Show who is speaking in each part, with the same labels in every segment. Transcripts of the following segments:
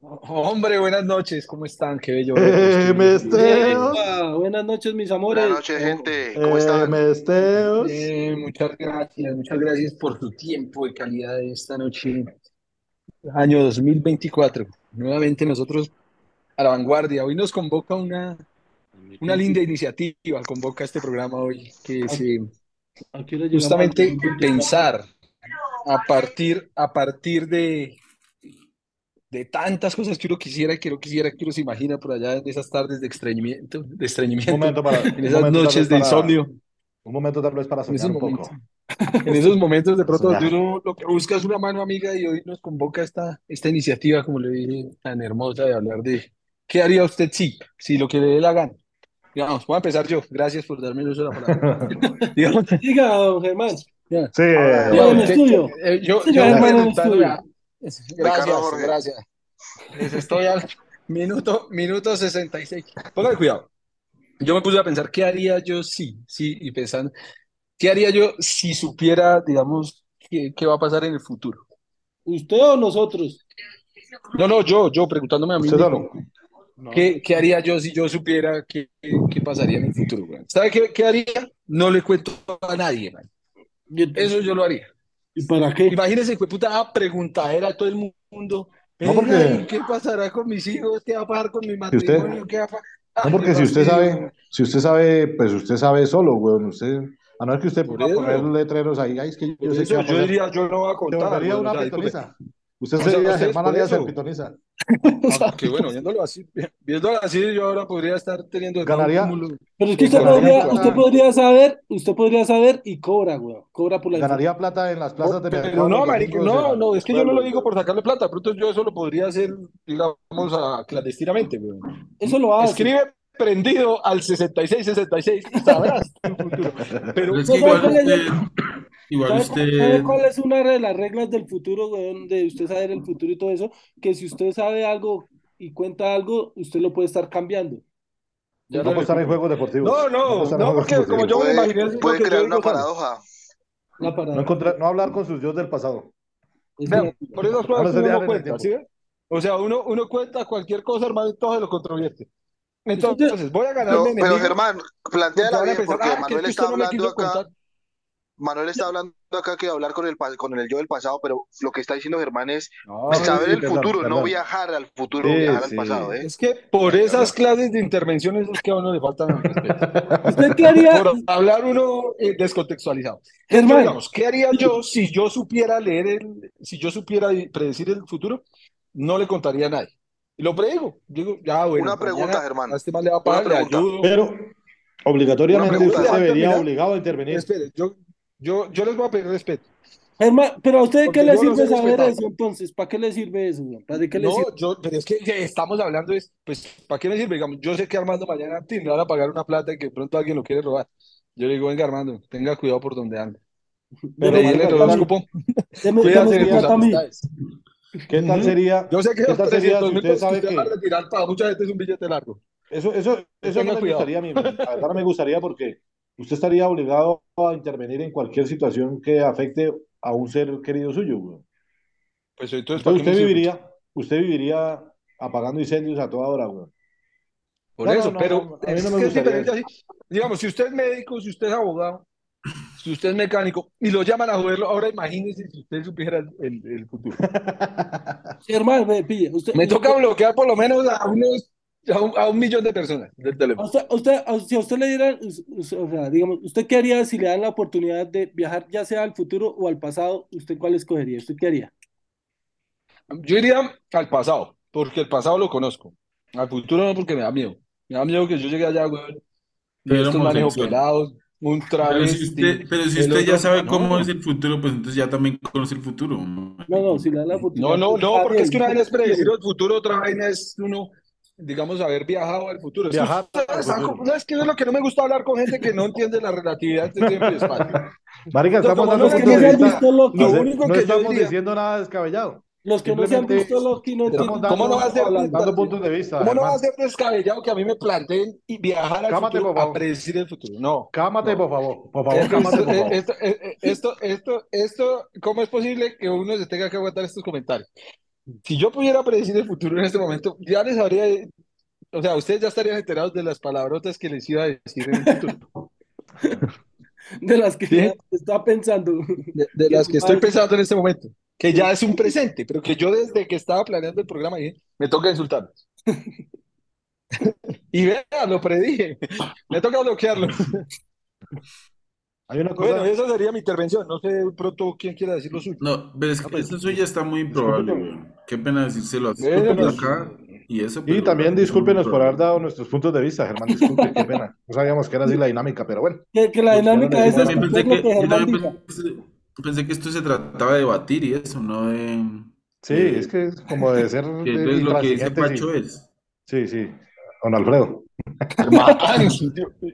Speaker 1: Hombre, buenas noches, ¿cómo están? Qué bello verlos, qué
Speaker 2: Eh,
Speaker 1: bien. Bien,
Speaker 2: Mesteos,
Speaker 1: epa, buenas noches, mis
Speaker 3: Buenas
Speaker 1: amores.
Speaker 3: noches,
Speaker 1: Oh,
Speaker 3: gente. ¿Cómo
Speaker 2: eh,
Speaker 3: están?
Speaker 2: Mesteos.
Speaker 1: bien, Eh, muchas gracias, muchas gracias por tu tiempo de calidad de esta noche, año 2024. Nuevamente nosotros a la vanguardia. Hoy nos convoca una, una linda
Speaker 4: 2024.
Speaker 1: iniciativa, convoca este programa hoy, que
Speaker 4: ¿A,
Speaker 1: es eh,
Speaker 4: a qué hora llegamos al
Speaker 1: justamente
Speaker 4: 2024?
Speaker 1: pensar a partir, a partir de, de tantas cosas que uno quisiera, que uno quisiera, que uno se imagina por allá en esas tardes de estreñimiento, de
Speaker 2: Un
Speaker 1: estreñimiento,
Speaker 2: momento para,
Speaker 1: en
Speaker 2: un
Speaker 1: esas
Speaker 2: momento tal vez
Speaker 1: noches de
Speaker 2: para,
Speaker 1: insomnio,
Speaker 2: un momento tal vez para
Speaker 1: en esos
Speaker 2: soñar un
Speaker 1: momentos,
Speaker 2: poco.
Speaker 1: en esos momentos de pronto donde
Speaker 2: Soñar.
Speaker 1: uno lo que busca es una mano amiga y hoy nos convoca esta, esta iniciativa, como le dije, tan hermosa de hablar de qué haría usted si, si lo que le dé la gana. Digamos, voy a empezar yo. Gracias por darme el uso de la palabra. Digamos,
Speaker 4: Diga, don Germán,
Speaker 1: ya.
Speaker 2: Sí,
Speaker 4: señor en
Speaker 3: Hola,
Speaker 1: Digamos, que, que-
Speaker 4: el
Speaker 3: Jorge.
Speaker 4: estudio,
Speaker 1: eh, yo,
Speaker 4: señor
Speaker 1: yo
Speaker 4: hermano en el
Speaker 1: presentándome
Speaker 4: estudio.
Speaker 1: a... es-
Speaker 3: Ricardo
Speaker 1: Gracias,
Speaker 3: Jorge.
Speaker 1: gracias. Les estoy al minuto, minuto 66. Pongan cuidado. Yo me puse a pensar, ¿qué haría yo si, sí, y pensando, ¿qué haría yo si supiera, digamos, qué, qué va a pasar en el futuro?
Speaker 4: ¿Usted o nosotros?
Speaker 1: No, no, yo, yo preguntándome a mí
Speaker 2: usted
Speaker 1: mismo,
Speaker 2: solo.
Speaker 4: No,
Speaker 1: ¿qué,
Speaker 4: pues
Speaker 1: qué haría yo si yo supiera qué, qué- qué pasaría en el futuro, güey? ¿Sabe qué, qué haría? No le cuento a nadie, man.
Speaker 4: ¿y,
Speaker 1: Eso yo lo haría.
Speaker 4: y para qué?
Speaker 1: Imagínense, fue puta ah, preguntadera a todo el mundo.
Speaker 2: No
Speaker 1: Venga, ¿y
Speaker 2: porque,
Speaker 1: qué pasará con mis hijos? ¿Qué va a pasar con mi
Speaker 2: si usted,
Speaker 1: matrimonio? ¿Qué va a pasar?
Speaker 2: no
Speaker 1: Ah, qué
Speaker 2: porque si usted
Speaker 1: fastidio,
Speaker 2: sabe,
Speaker 1: güey.
Speaker 2: si usted sabe, pues usted sabe solo, weón. Usted, a no ser que usted
Speaker 1: Por
Speaker 2: va a poner
Speaker 1: eso,
Speaker 2: letreros ahí, ay, es que yo
Speaker 1: por
Speaker 2: sé qué
Speaker 1: eso
Speaker 2: va a
Speaker 1: yo
Speaker 2: pasar.
Speaker 1: diría, yo no voy a
Speaker 2: Se
Speaker 1: contar, güey.
Speaker 2: volvería
Speaker 1: O
Speaker 2: una
Speaker 1: sea, disculpe.
Speaker 2: pitoniza. Usted
Speaker 1: O sea,
Speaker 2: sería,
Speaker 1: ustedes
Speaker 2: Germán
Speaker 1: por
Speaker 2: haría ser
Speaker 1: eso.
Speaker 2: pitoniza.
Speaker 1: O sea,
Speaker 2: Aunque
Speaker 1: que Ah, bueno, viéndolo así, viéndolo así, yo ahora podría estar teniendo de pronto un
Speaker 2: ganaría,
Speaker 1: cúmulo
Speaker 4: Pero es que
Speaker 1: de
Speaker 4: usted
Speaker 2: ganaría
Speaker 1: 40,
Speaker 4: podría,
Speaker 3: ah.
Speaker 4: usted
Speaker 1: 40.
Speaker 2: plata,
Speaker 4: podría saber, usted podría saber y cobra, güey. Cobra por la
Speaker 2: ganaría
Speaker 4: información.
Speaker 2: plata en las plazas
Speaker 1: Por-
Speaker 2: de
Speaker 1: pero
Speaker 2: mercado los
Speaker 1: no, marico,
Speaker 2: domingos en
Speaker 1: no,
Speaker 2: los
Speaker 1: no, es que yo no lo
Speaker 2: pueblos,
Speaker 1: digo
Speaker 2: weón.
Speaker 1: por sacarle plata, pronto yo eso lo podría hacer, digamos, a- clandestinamente, güey.
Speaker 4: Eso lo hace.
Speaker 1: Oh, Escribe prendido al 6666 y sabrás tu futuro.
Speaker 5: Pero
Speaker 1: Pero
Speaker 5: es
Speaker 4: ¿No
Speaker 5: que
Speaker 4: sabe cuál es
Speaker 5: igual usted,
Speaker 4: el-
Speaker 5: igual
Speaker 4: ¿Sabe, cu- sabe
Speaker 5: usted,
Speaker 4: cuál es una de las reglas del futuro, weón, de usted saber el futuro y todo eso? Que si usted sabe algo y cuenta algo, usted lo puede estar cambiando.
Speaker 1: ya no
Speaker 2: No
Speaker 1: le
Speaker 4: Entonces,
Speaker 2: apostar en
Speaker 1: cumplo.
Speaker 2: juegos deportivos.
Speaker 1: No,
Speaker 2: No
Speaker 1: no,
Speaker 2: apostar en
Speaker 1: no,
Speaker 2: juegos
Speaker 1: porque como
Speaker 2: deportivos.
Speaker 1: yo me
Speaker 3: Puede,
Speaker 1: imaginé lo
Speaker 3: puede
Speaker 1: que yo
Speaker 3: crear una
Speaker 1: digo "Ah, sale.
Speaker 3: paradoja.
Speaker 4: la
Speaker 2: No,
Speaker 4: parada
Speaker 2: encontrar, no hablar con sus dios del pasado.
Speaker 4: es
Speaker 1: Vean,
Speaker 4: mentira.
Speaker 1: por esas
Speaker 2: A
Speaker 1: cosas
Speaker 2: no
Speaker 1: que
Speaker 2: ser
Speaker 1: uno no
Speaker 2: viajar en el
Speaker 1: cuenta, ¿sí?
Speaker 2: tiempo.
Speaker 1: ve? O sea, uno, uno cuenta cualquier cosa, hermano, y todo se lo controvierte.
Speaker 4: Usted ya-
Speaker 1: Entonces, voy a ganarme
Speaker 3: Pero, pero
Speaker 1: enemigos
Speaker 3: Germán,
Speaker 1: porque
Speaker 3: plantéala
Speaker 1: van a
Speaker 3: bien,
Speaker 1: pensar, ah,
Speaker 3: porque
Speaker 1: que es
Speaker 3: Manuel
Speaker 1: que usted
Speaker 3: está
Speaker 1: no me
Speaker 3: hablando
Speaker 1: quiso
Speaker 3: acá,
Speaker 1: contar.
Speaker 3: Manuel está hablando acá que hablar con el, pa- con el yo del pasado, pero lo que está diciendo Germán es
Speaker 2: Ah,
Speaker 1: No,
Speaker 2: bueno,
Speaker 3: saber
Speaker 2: sí,
Speaker 3: el
Speaker 2: perdón,
Speaker 3: futuro, no
Speaker 2: perdón.
Speaker 3: viajar al futuro,
Speaker 2: Sí,
Speaker 3: viajar al pasado,
Speaker 2: sí.
Speaker 3: ¿eh?
Speaker 1: es que por esas
Speaker 2: Perdón.
Speaker 1: clases de intervenciones es que a uno le faltan al respeto.
Speaker 4: ¿Usted qué haría,
Speaker 1: Por hablar uno eh, descontextualizado. Entonces, yo
Speaker 4: Germán?
Speaker 1: digamos, ¿qué haría yo si yo supiera leer el, si yo supiera di- predecir el futuro? No le contaría a nadie. Y lo predigo. Digo, ya, bueno,
Speaker 3: Una pregunta,
Speaker 1: mañana a
Speaker 3: Germán,
Speaker 1: este mal le va a
Speaker 3: una
Speaker 1: pagar, le
Speaker 3: pregunta,
Speaker 1: ayudo.
Speaker 2: Pero
Speaker 3: una
Speaker 2: obligatoriamente
Speaker 1: Yo
Speaker 2: usted
Speaker 3: pregunta.
Speaker 1: les
Speaker 2: se
Speaker 1: voy a
Speaker 2: vería
Speaker 1: terminar,
Speaker 2: obligado a intervenir.
Speaker 1: espere, yo, yo, yo les voy a pedir respeto,
Speaker 4: Germán, pero a usted qué
Speaker 1: porque
Speaker 4: le
Speaker 1: yo los he
Speaker 4: sirve saber
Speaker 1: respetado.
Speaker 4: eso entonces? ¿Para qué le sirve eso, weón? ¿Para qué le
Speaker 1: No,
Speaker 4: sirve?
Speaker 1: yo, pero es que ya estamos hablando es, pues, ¿para qué me sirve? Digamos, yo sé que Armando mañana tendrá a pagar una plata y que de pronto alguien lo quiere robar. Yo le digo, venga, Armando, tenga cuidado por donde anda.
Speaker 2: Pero,
Speaker 4: Deme su
Speaker 1: Pedile
Speaker 2: marica,
Speaker 1: el
Speaker 2: ¿qué
Speaker 4: plata a
Speaker 2: tal,
Speaker 4: mí.
Speaker 1: horóscopo,
Speaker 4: Deme, deme
Speaker 1: cuídate
Speaker 4: su
Speaker 1: de tus
Speaker 4: plata a
Speaker 2: sería,
Speaker 4: mí.
Speaker 1: amistades.
Speaker 2: qué tal
Speaker 1: Ujú.
Speaker 2: sería,
Speaker 1: Yo sé que
Speaker 2: qué
Speaker 1: esos
Speaker 2: tal sería
Speaker 1: 300
Speaker 2: si
Speaker 1: mil
Speaker 2: usted
Speaker 1: pesos que
Speaker 2: sabe
Speaker 1: usted va a
Speaker 2: que
Speaker 1: retirar para mucha gente es un billete largo.
Speaker 2: eso, eso,
Speaker 1: Entonces
Speaker 2: eso no
Speaker 1: tenga
Speaker 2: me
Speaker 1: cuidado.
Speaker 2: gustaría a mí, men. La verdad no me gustaría porque usted estaría obligado a intervenir en cualquier situación que afecte a un ser querido suyo, güey.
Speaker 1: Pues entonces, ¿para qué
Speaker 2: Entonces
Speaker 1: me
Speaker 2: usted
Speaker 1: sirve?
Speaker 2: viviría, usted viviría apagando incendios a toda hora, güey.
Speaker 1: Por
Speaker 2: No, no,
Speaker 1: eso,
Speaker 2: no,
Speaker 1: pero
Speaker 2: no, a mí no
Speaker 1: es
Speaker 2: me
Speaker 1: que es
Speaker 2: gustaría
Speaker 1: diferente
Speaker 2: eso.
Speaker 1: así. Digamos, si usted es médico, si usted es abogado, si usted es mecánico y lo llaman a joderlo, ahora imagínese si usted supiera el, el- el futuro.
Speaker 4: Germán, ve, pille, usted,
Speaker 1: Me
Speaker 4: usted,
Speaker 1: toca bloquear por lo menos a unos, a un, a un millón de personas del
Speaker 4: A
Speaker 1: teléfono.
Speaker 4: usted, a usted- a- si a usted le dieran, us- us- o sea, digamos, ¿usted qué haría si le dan la oportunidad de viajar ya sea al futuro o al pasado? ¿Usted cuál escogería? ¿Usted qué haría?
Speaker 1: Yo iría al pasado, porque el pasado lo conozco. Al futuro no, porque me da miedo. Me da miedo que yo llegue allá, weón, y
Speaker 5: ser
Speaker 1: estos manes
Speaker 5: homosexual.
Speaker 1: operados, un
Speaker 5: Pero si
Speaker 1: travesti,
Speaker 5: usted, pero si
Speaker 1: este, el
Speaker 5: usted ya
Speaker 1: otro.
Speaker 5: sabe cómo es
Speaker 1: No,
Speaker 5: el futuro, pues entonces ya también conoce el futuro,
Speaker 4: No, no, si
Speaker 5: marica.
Speaker 4: le dan la
Speaker 1: no,
Speaker 4: oportunidad,
Speaker 1: no,
Speaker 4: pues
Speaker 1: no,
Speaker 4: está
Speaker 1: porque es
Speaker 4: bien,
Speaker 1: que una
Speaker 4: usted
Speaker 1: vaina
Speaker 4: qué
Speaker 1: es predecir
Speaker 4: prefiere.
Speaker 1: el futuro, otra vaina es uno, digamos, haber viajado al futuro. Es que
Speaker 2: Viajar
Speaker 1: ustedes
Speaker 2: al
Speaker 1: están, como-
Speaker 2: futuro.
Speaker 1: ¿sabes qué es lo que no me gusta hablar con gente que no entiende la relatividad entre tiempo y espacio? Entonces,
Speaker 2: Marica, estamos
Speaker 1: como
Speaker 2: dando
Speaker 1: no
Speaker 2: un
Speaker 4: Los
Speaker 1: la
Speaker 4: que
Speaker 2: punto de
Speaker 4: no se han
Speaker 1: entendí,
Speaker 2: vista,
Speaker 4: visto
Speaker 1: lo
Speaker 4: Loki,
Speaker 2: hace-
Speaker 1: único que
Speaker 2: no
Speaker 1: yo
Speaker 2: estamos
Speaker 1: diría.
Speaker 2: diciendo nada descabellado,
Speaker 4: los que no se han visto
Speaker 2: simplemente
Speaker 4: Loki no
Speaker 2: estamos
Speaker 4: entienden
Speaker 1: ¿Cómo no va a
Speaker 2: dando,
Speaker 1: ser,
Speaker 4: cómo hablando.
Speaker 2: dando
Speaker 1: desca-
Speaker 2: puntos de vista,
Speaker 1: cómo no va a
Speaker 2: Germán.
Speaker 1: ser descabellado que a mí me planteen y viajar al
Speaker 2: Cámate,
Speaker 1: futuro
Speaker 2: por
Speaker 1: a
Speaker 2: favor.
Speaker 1: predecir el futuro? No,
Speaker 2: Cámate,
Speaker 1: no.
Speaker 2: por favor. Por favor,
Speaker 1: Es que
Speaker 2: cámate,
Speaker 1: esto,
Speaker 2: por
Speaker 1: eh,
Speaker 2: favor.
Speaker 1: esto, eh, eh, esto, esto, esto, ¿cómo es posible que uno se tenga que aguantar estos comentarios? si yo pudiera predecir el futuro en este momento, ya les habría, o sea, ustedes ya estarían enterados de las palabrotas que les iba a decir en el futuro,
Speaker 4: de las que
Speaker 1: ¿Sí?
Speaker 4: está pensando.
Speaker 1: de, de las que estoy pensando en este momento, que ya es un presente, pero que yo desde que estaba planeando el programa dije, me toca insultarlos. Y vea, lo predije, me toca bloquearlo.
Speaker 2: Hay una cosa,
Speaker 1: Bueno, esa sería mi intervención, no sé pronto quién quiera decir lo suyo.
Speaker 5: No, pero es
Speaker 2: Ah,
Speaker 5: que
Speaker 2: pues,
Speaker 5: esa suya está muy improbable, weón. Qué pena decírselo así
Speaker 1: Bueno,
Speaker 5: por
Speaker 1: pues,
Speaker 5: acá y eso,
Speaker 2: y
Speaker 5: pero
Speaker 2: también
Speaker 5: está muy
Speaker 2: discúlpenos por haber
Speaker 5: improbable.
Speaker 2: dado nuestros puntos de vista, Germán, disculpe, qué pena. No sabíamos que era así la dinámica, pero bueno.
Speaker 4: Que, que la
Speaker 1: Pues
Speaker 2: Yo quiero
Speaker 4: dinámica
Speaker 5: Yo
Speaker 4: es
Speaker 2: decir
Speaker 5: también
Speaker 2: algo.
Speaker 4: escuchar
Speaker 5: pensé
Speaker 4: lo que Germán
Speaker 5: que, yo también
Speaker 4: diga.
Speaker 2: pues,
Speaker 5: pensé, pensé que esto se trataba de debatir y eso, no de...
Speaker 2: Sí,
Speaker 5: eh,
Speaker 2: es que es como de ser
Speaker 5: que
Speaker 2: de-
Speaker 5: entonces lo que dice
Speaker 2: intransigentes,
Speaker 5: Pacho es...
Speaker 2: sí, sí, sí, don Alfredo.
Speaker 1: Hermano,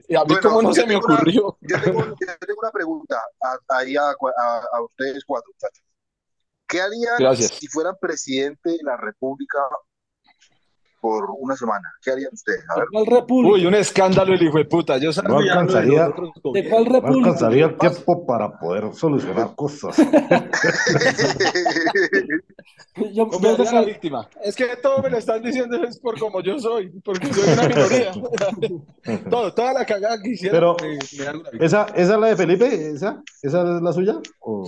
Speaker 1: y a mí
Speaker 3: Bueno,
Speaker 1: cómo no
Speaker 3: yo
Speaker 1: se me
Speaker 3: tengo una-
Speaker 1: ocurrió.
Speaker 3: Yo tengo, yo tengo una pregunta a, ahí a, cua- a- a ustedes cuatro, muchachos. ¿Qué harían
Speaker 1: Gracias.
Speaker 3: si fueran presidente de la República por una semana? ¿Qué harían ustedes? A
Speaker 4: ¿De
Speaker 3: ver,
Speaker 4: cuál república?
Speaker 1: Uy, un escándalo el hijo de puta. Yo sabía
Speaker 2: No alcanzaría.
Speaker 1: lo de los otros
Speaker 4: ¿De cuál
Speaker 2: No
Speaker 4: república?
Speaker 2: alcanzaría el tiempo para poder solucionar cosas.
Speaker 4: Yo-
Speaker 1: Hombre,
Speaker 4: yo-
Speaker 1: eres la víctima. Es que todo me lo están diciendo es por como yo soy, porque soy una minoría. todo, toda la cagada que hicieron.
Speaker 2: Pero-
Speaker 1: me- me hago la víctima.
Speaker 2: ¿Esa, ¿Esa es la de Felipe? ¿Esa, ¿Esa es la suya? ¿O-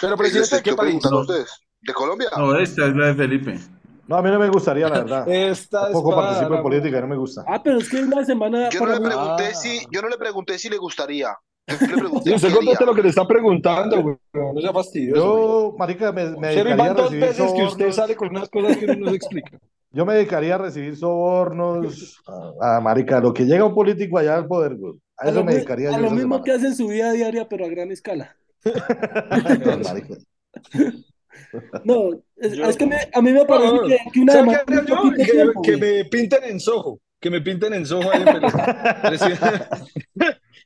Speaker 1: Pero,
Speaker 3: les
Speaker 1: presidente, ¿de qué
Speaker 3: estoy
Speaker 1: país?
Speaker 3: preguntando a
Speaker 5: No.
Speaker 3: ustedes. ¿De Colombia?
Speaker 5: No, esta es la de Felipe.
Speaker 2: No, a mí no me gustaría, la verdad.
Speaker 1: Esta es
Speaker 2: Tampoco participo en
Speaker 1: para.
Speaker 2: política, no me gusta.
Speaker 4: Ah, pero es que una semana
Speaker 3: Yo no
Speaker 4: para mí-
Speaker 3: le pregunté
Speaker 1: Ah.
Speaker 3: si, yo no le pregunté si le gustaría. Yo le pregunté
Speaker 1: Sí,
Speaker 3: qué
Speaker 1: usted
Speaker 3: haría.
Speaker 1: conteste lo que le están preguntando, güey. No sea fastidioso.
Speaker 2: Yo, marica, me, me
Speaker 1: Cero y
Speaker 2: dedicaría a
Speaker 1: van dos
Speaker 2: recibir
Speaker 1: veces que usted
Speaker 2: sobornos.
Speaker 1: sale con unas cosas que no nos explica.
Speaker 2: Yo me dedicaría a recibir sobornos. A, a, marica, lo que llega un político allá al poder, güey. A
Speaker 4: a
Speaker 2: eso
Speaker 4: lo,
Speaker 2: me
Speaker 4: mi-
Speaker 2: dedicaría
Speaker 4: a
Speaker 2: yo
Speaker 4: lo
Speaker 2: esa
Speaker 4: mismo
Speaker 2: semana.
Speaker 4: que hace en su vida diaria, pero a gran escala.
Speaker 2: Marica.
Speaker 1: Pues
Speaker 4: No, es,
Speaker 1: Yo-
Speaker 4: es que me- a mí me parece
Speaker 1: No, no.
Speaker 4: que, que una
Speaker 1: ¿Sabe qué
Speaker 4: semana es
Speaker 1: haría
Speaker 4: muy
Speaker 1: yo? Que,
Speaker 4: poquito tiempo,
Speaker 1: que
Speaker 4: güey.
Speaker 1: me pinten en sojo. Que me pinten en sojo ahí en pelota. Presidente.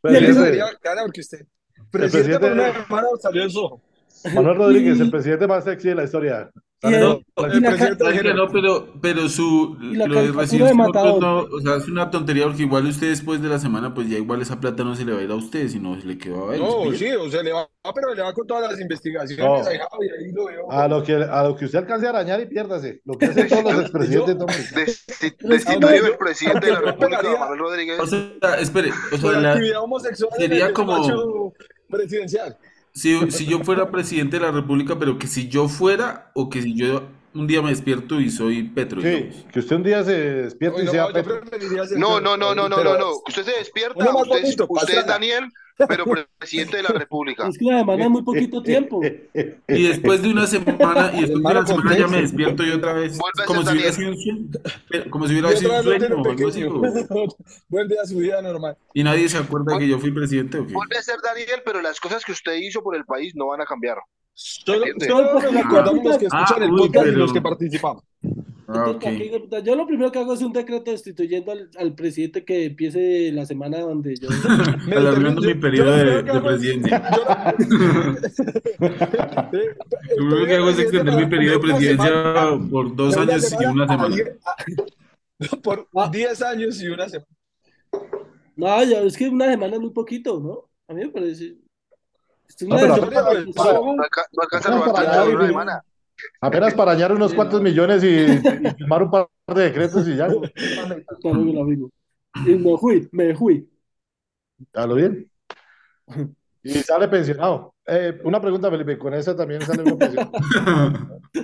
Speaker 2: Pero
Speaker 4: Y el
Speaker 1: Esa
Speaker 2: fíjate,
Speaker 1: sería bacana porque usted. Presidente por una
Speaker 2: presidente-
Speaker 1: hermana salió en sojo.
Speaker 2: Manuel Rodríguez, el
Speaker 4: Y-
Speaker 2: presidente más sexy de la historia.
Speaker 4: y
Speaker 2: Sale-
Speaker 4: el-
Speaker 1: El
Speaker 4: y
Speaker 5: No,
Speaker 4: la ca-
Speaker 1: presidente
Speaker 5: Marica,
Speaker 1: dijeron,
Speaker 5: no, pero, pero su,
Speaker 4: y la
Speaker 5: lo de
Speaker 4: caricatura de
Speaker 5: recibir sobornos
Speaker 4: Matador.
Speaker 5: no, o sea, es una tontería porque igual usted después de la semana, pues ya igual esa plata no se le va a ir a usted, sino se le quedó a él.
Speaker 1: No,
Speaker 5: ¿sí?
Speaker 1: sí, o sea, le va, ah, pero le va con todas las investigaciones.
Speaker 2: No. Ah,
Speaker 1: ahí, Javi, ahí lo veo.
Speaker 2: A lo que, a lo que usted alcance a arañar y piérdase. Lo que hacen todos los expresidentes, hombre.
Speaker 3: Desti-
Speaker 4: Pero es que
Speaker 3: destituyen
Speaker 1: no,
Speaker 3: al presidente de la
Speaker 1: yo
Speaker 3: República,
Speaker 1: operaría-
Speaker 3: Manuel Rodríguez.
Speaker 5: O sea, espere, o
Speaker 1: Por
Speaker 5: sea, pues, la-
Speaker 1: actividad homosexual en
Speaker 5: sería
Speaker 1: el
Speaker 5: como-
Speaker 1: despacho presidencial.
Speaker 5: si, si yo fuera presidente de la República, pero que si yo fuera o que si yo un día me despierto y soy Petro, digamos.
Speaker 2: Sí, que usted un día se despierta
Speaker 1: Uy,
Speaker 2: y
Speaker 1: no,
Speaker 2: sea
Speaker 1: yo
Speaker 2: Petro.
Speaker 1: preferiría ser-
Speaker 3: No, no, no, no, no,
Speaker 1: pero-
Speaker 3: no, no. Usted se despierta,
Speaker 1: Uno más
Speaker 3: usted, es-
Speaker 1: bonito,
Speaker 3: usted es
Speaker 1: Pastrana.
Speaker 3: Daniel, pero presidente de la República.
Speaker 4: Es que una semana es muy poquito tiempo.
Speaker 1: Ah,
Speaker 2: Eh,
Speaker 5: Y después de una semana, y después de
Speaker 1: Hermano,
Speaker 5: una semana ya me
Speaker 1: contexto.
Speaker 5: despierto y otra vez,
Speaker 3: Vuelve a
Speaker 5: como
Speaker 3: ser
Speaker 5: si hubiera
Speaker 3: Daniel.
Speaker 5: sido un sueño, pero- como si
Speaker 1: Y
Speaker 5: hubiera
Speaker 1: otra
Speaker 5: sido un
Speaker 1: vez lo
Speaker 5: sueño
Speaker 1: tienen
Speaker 5: o algo así,
Speaker 1: pequeño.
Speaker 5: o-
Speaker 1: Vuelve a su vida normal.
Speaker 5: y nadie se acuerda que yo fui presidente o qué.
Speaker 3: Vuelve a ser Daniel, pero las cosas que usted hizo por el país no van a cambiar.
Speaker 1: Solo,
Speaker 3: Entiende.
Speaker 1: solo nos acordamos los que
Speaker 5: Ah,
Speaker 1: escuchan el
Speaker 5: uy,
Speaker 1: podcast y
Speaker 5: pero-
Speaker 1: los que participamos.
Speaker 5: Ah,
Speaker 4: Entonces, ¿para qué,
Speaker 5: ok.
Speaker 4: hijo de puta? Yo lo primero que hago es un decreto destituyendo al, al presidente que empiece la semana donde yo.
Speaker 1: Me termino-
Speaker 5: Alargando mi
Speaker 1: yo-
Speaker 5: periodo
Speaker 1: yo lo
Speaker 5: de,
Speaker 1: primero que
Speaker 5: de
Speaker 1: hago es-
Speaker 5: presidencia.
Speaker 1: yo
Speaker 5: Lo primero que hago es extender mi periodo de presidencia por dos
Speaker 1: De una
Speaker 5: años y
Speaker 1: semana
Speaker 5: una
Speaker 1: a
Speaker 5: semana.
Speaker 1: diez- a- por
Speaker 4: Ah.
Speaker 1: 10 años y una semana.
Speaker 4: No, yo, es que una semana es muy poquito, ¿no? A mí me parece. Es una
Speaker 2: No, pero
Speaker 4: semana
Speaker 1: apenas-
Speaker 4: es-
Speaker 1: para-
Speaker 3: No, alca- no alcanza a
Speaker 2: No,
Speaker 3: robar
Speaker 2: para
Speaker 3: tanto en
Speaker 2: nada,
Speaker 3: una
Speaker 2: güey.
Speaker 3: semana.
Speaker 2: Apenas para arañar unos
Speaker 4: Sí,
Speaker 2: cuantos
Speaker 4: no.
Speaker 2: millones y, y firmar un par de decretos y ya. güey.
Speaker 4: Claro que lo digo. Y me fui, me fui.
Speaker 2: A lo bien. Y sale pensionado. Eh, una pregunta, Felipe. Con esa también sale una pensión.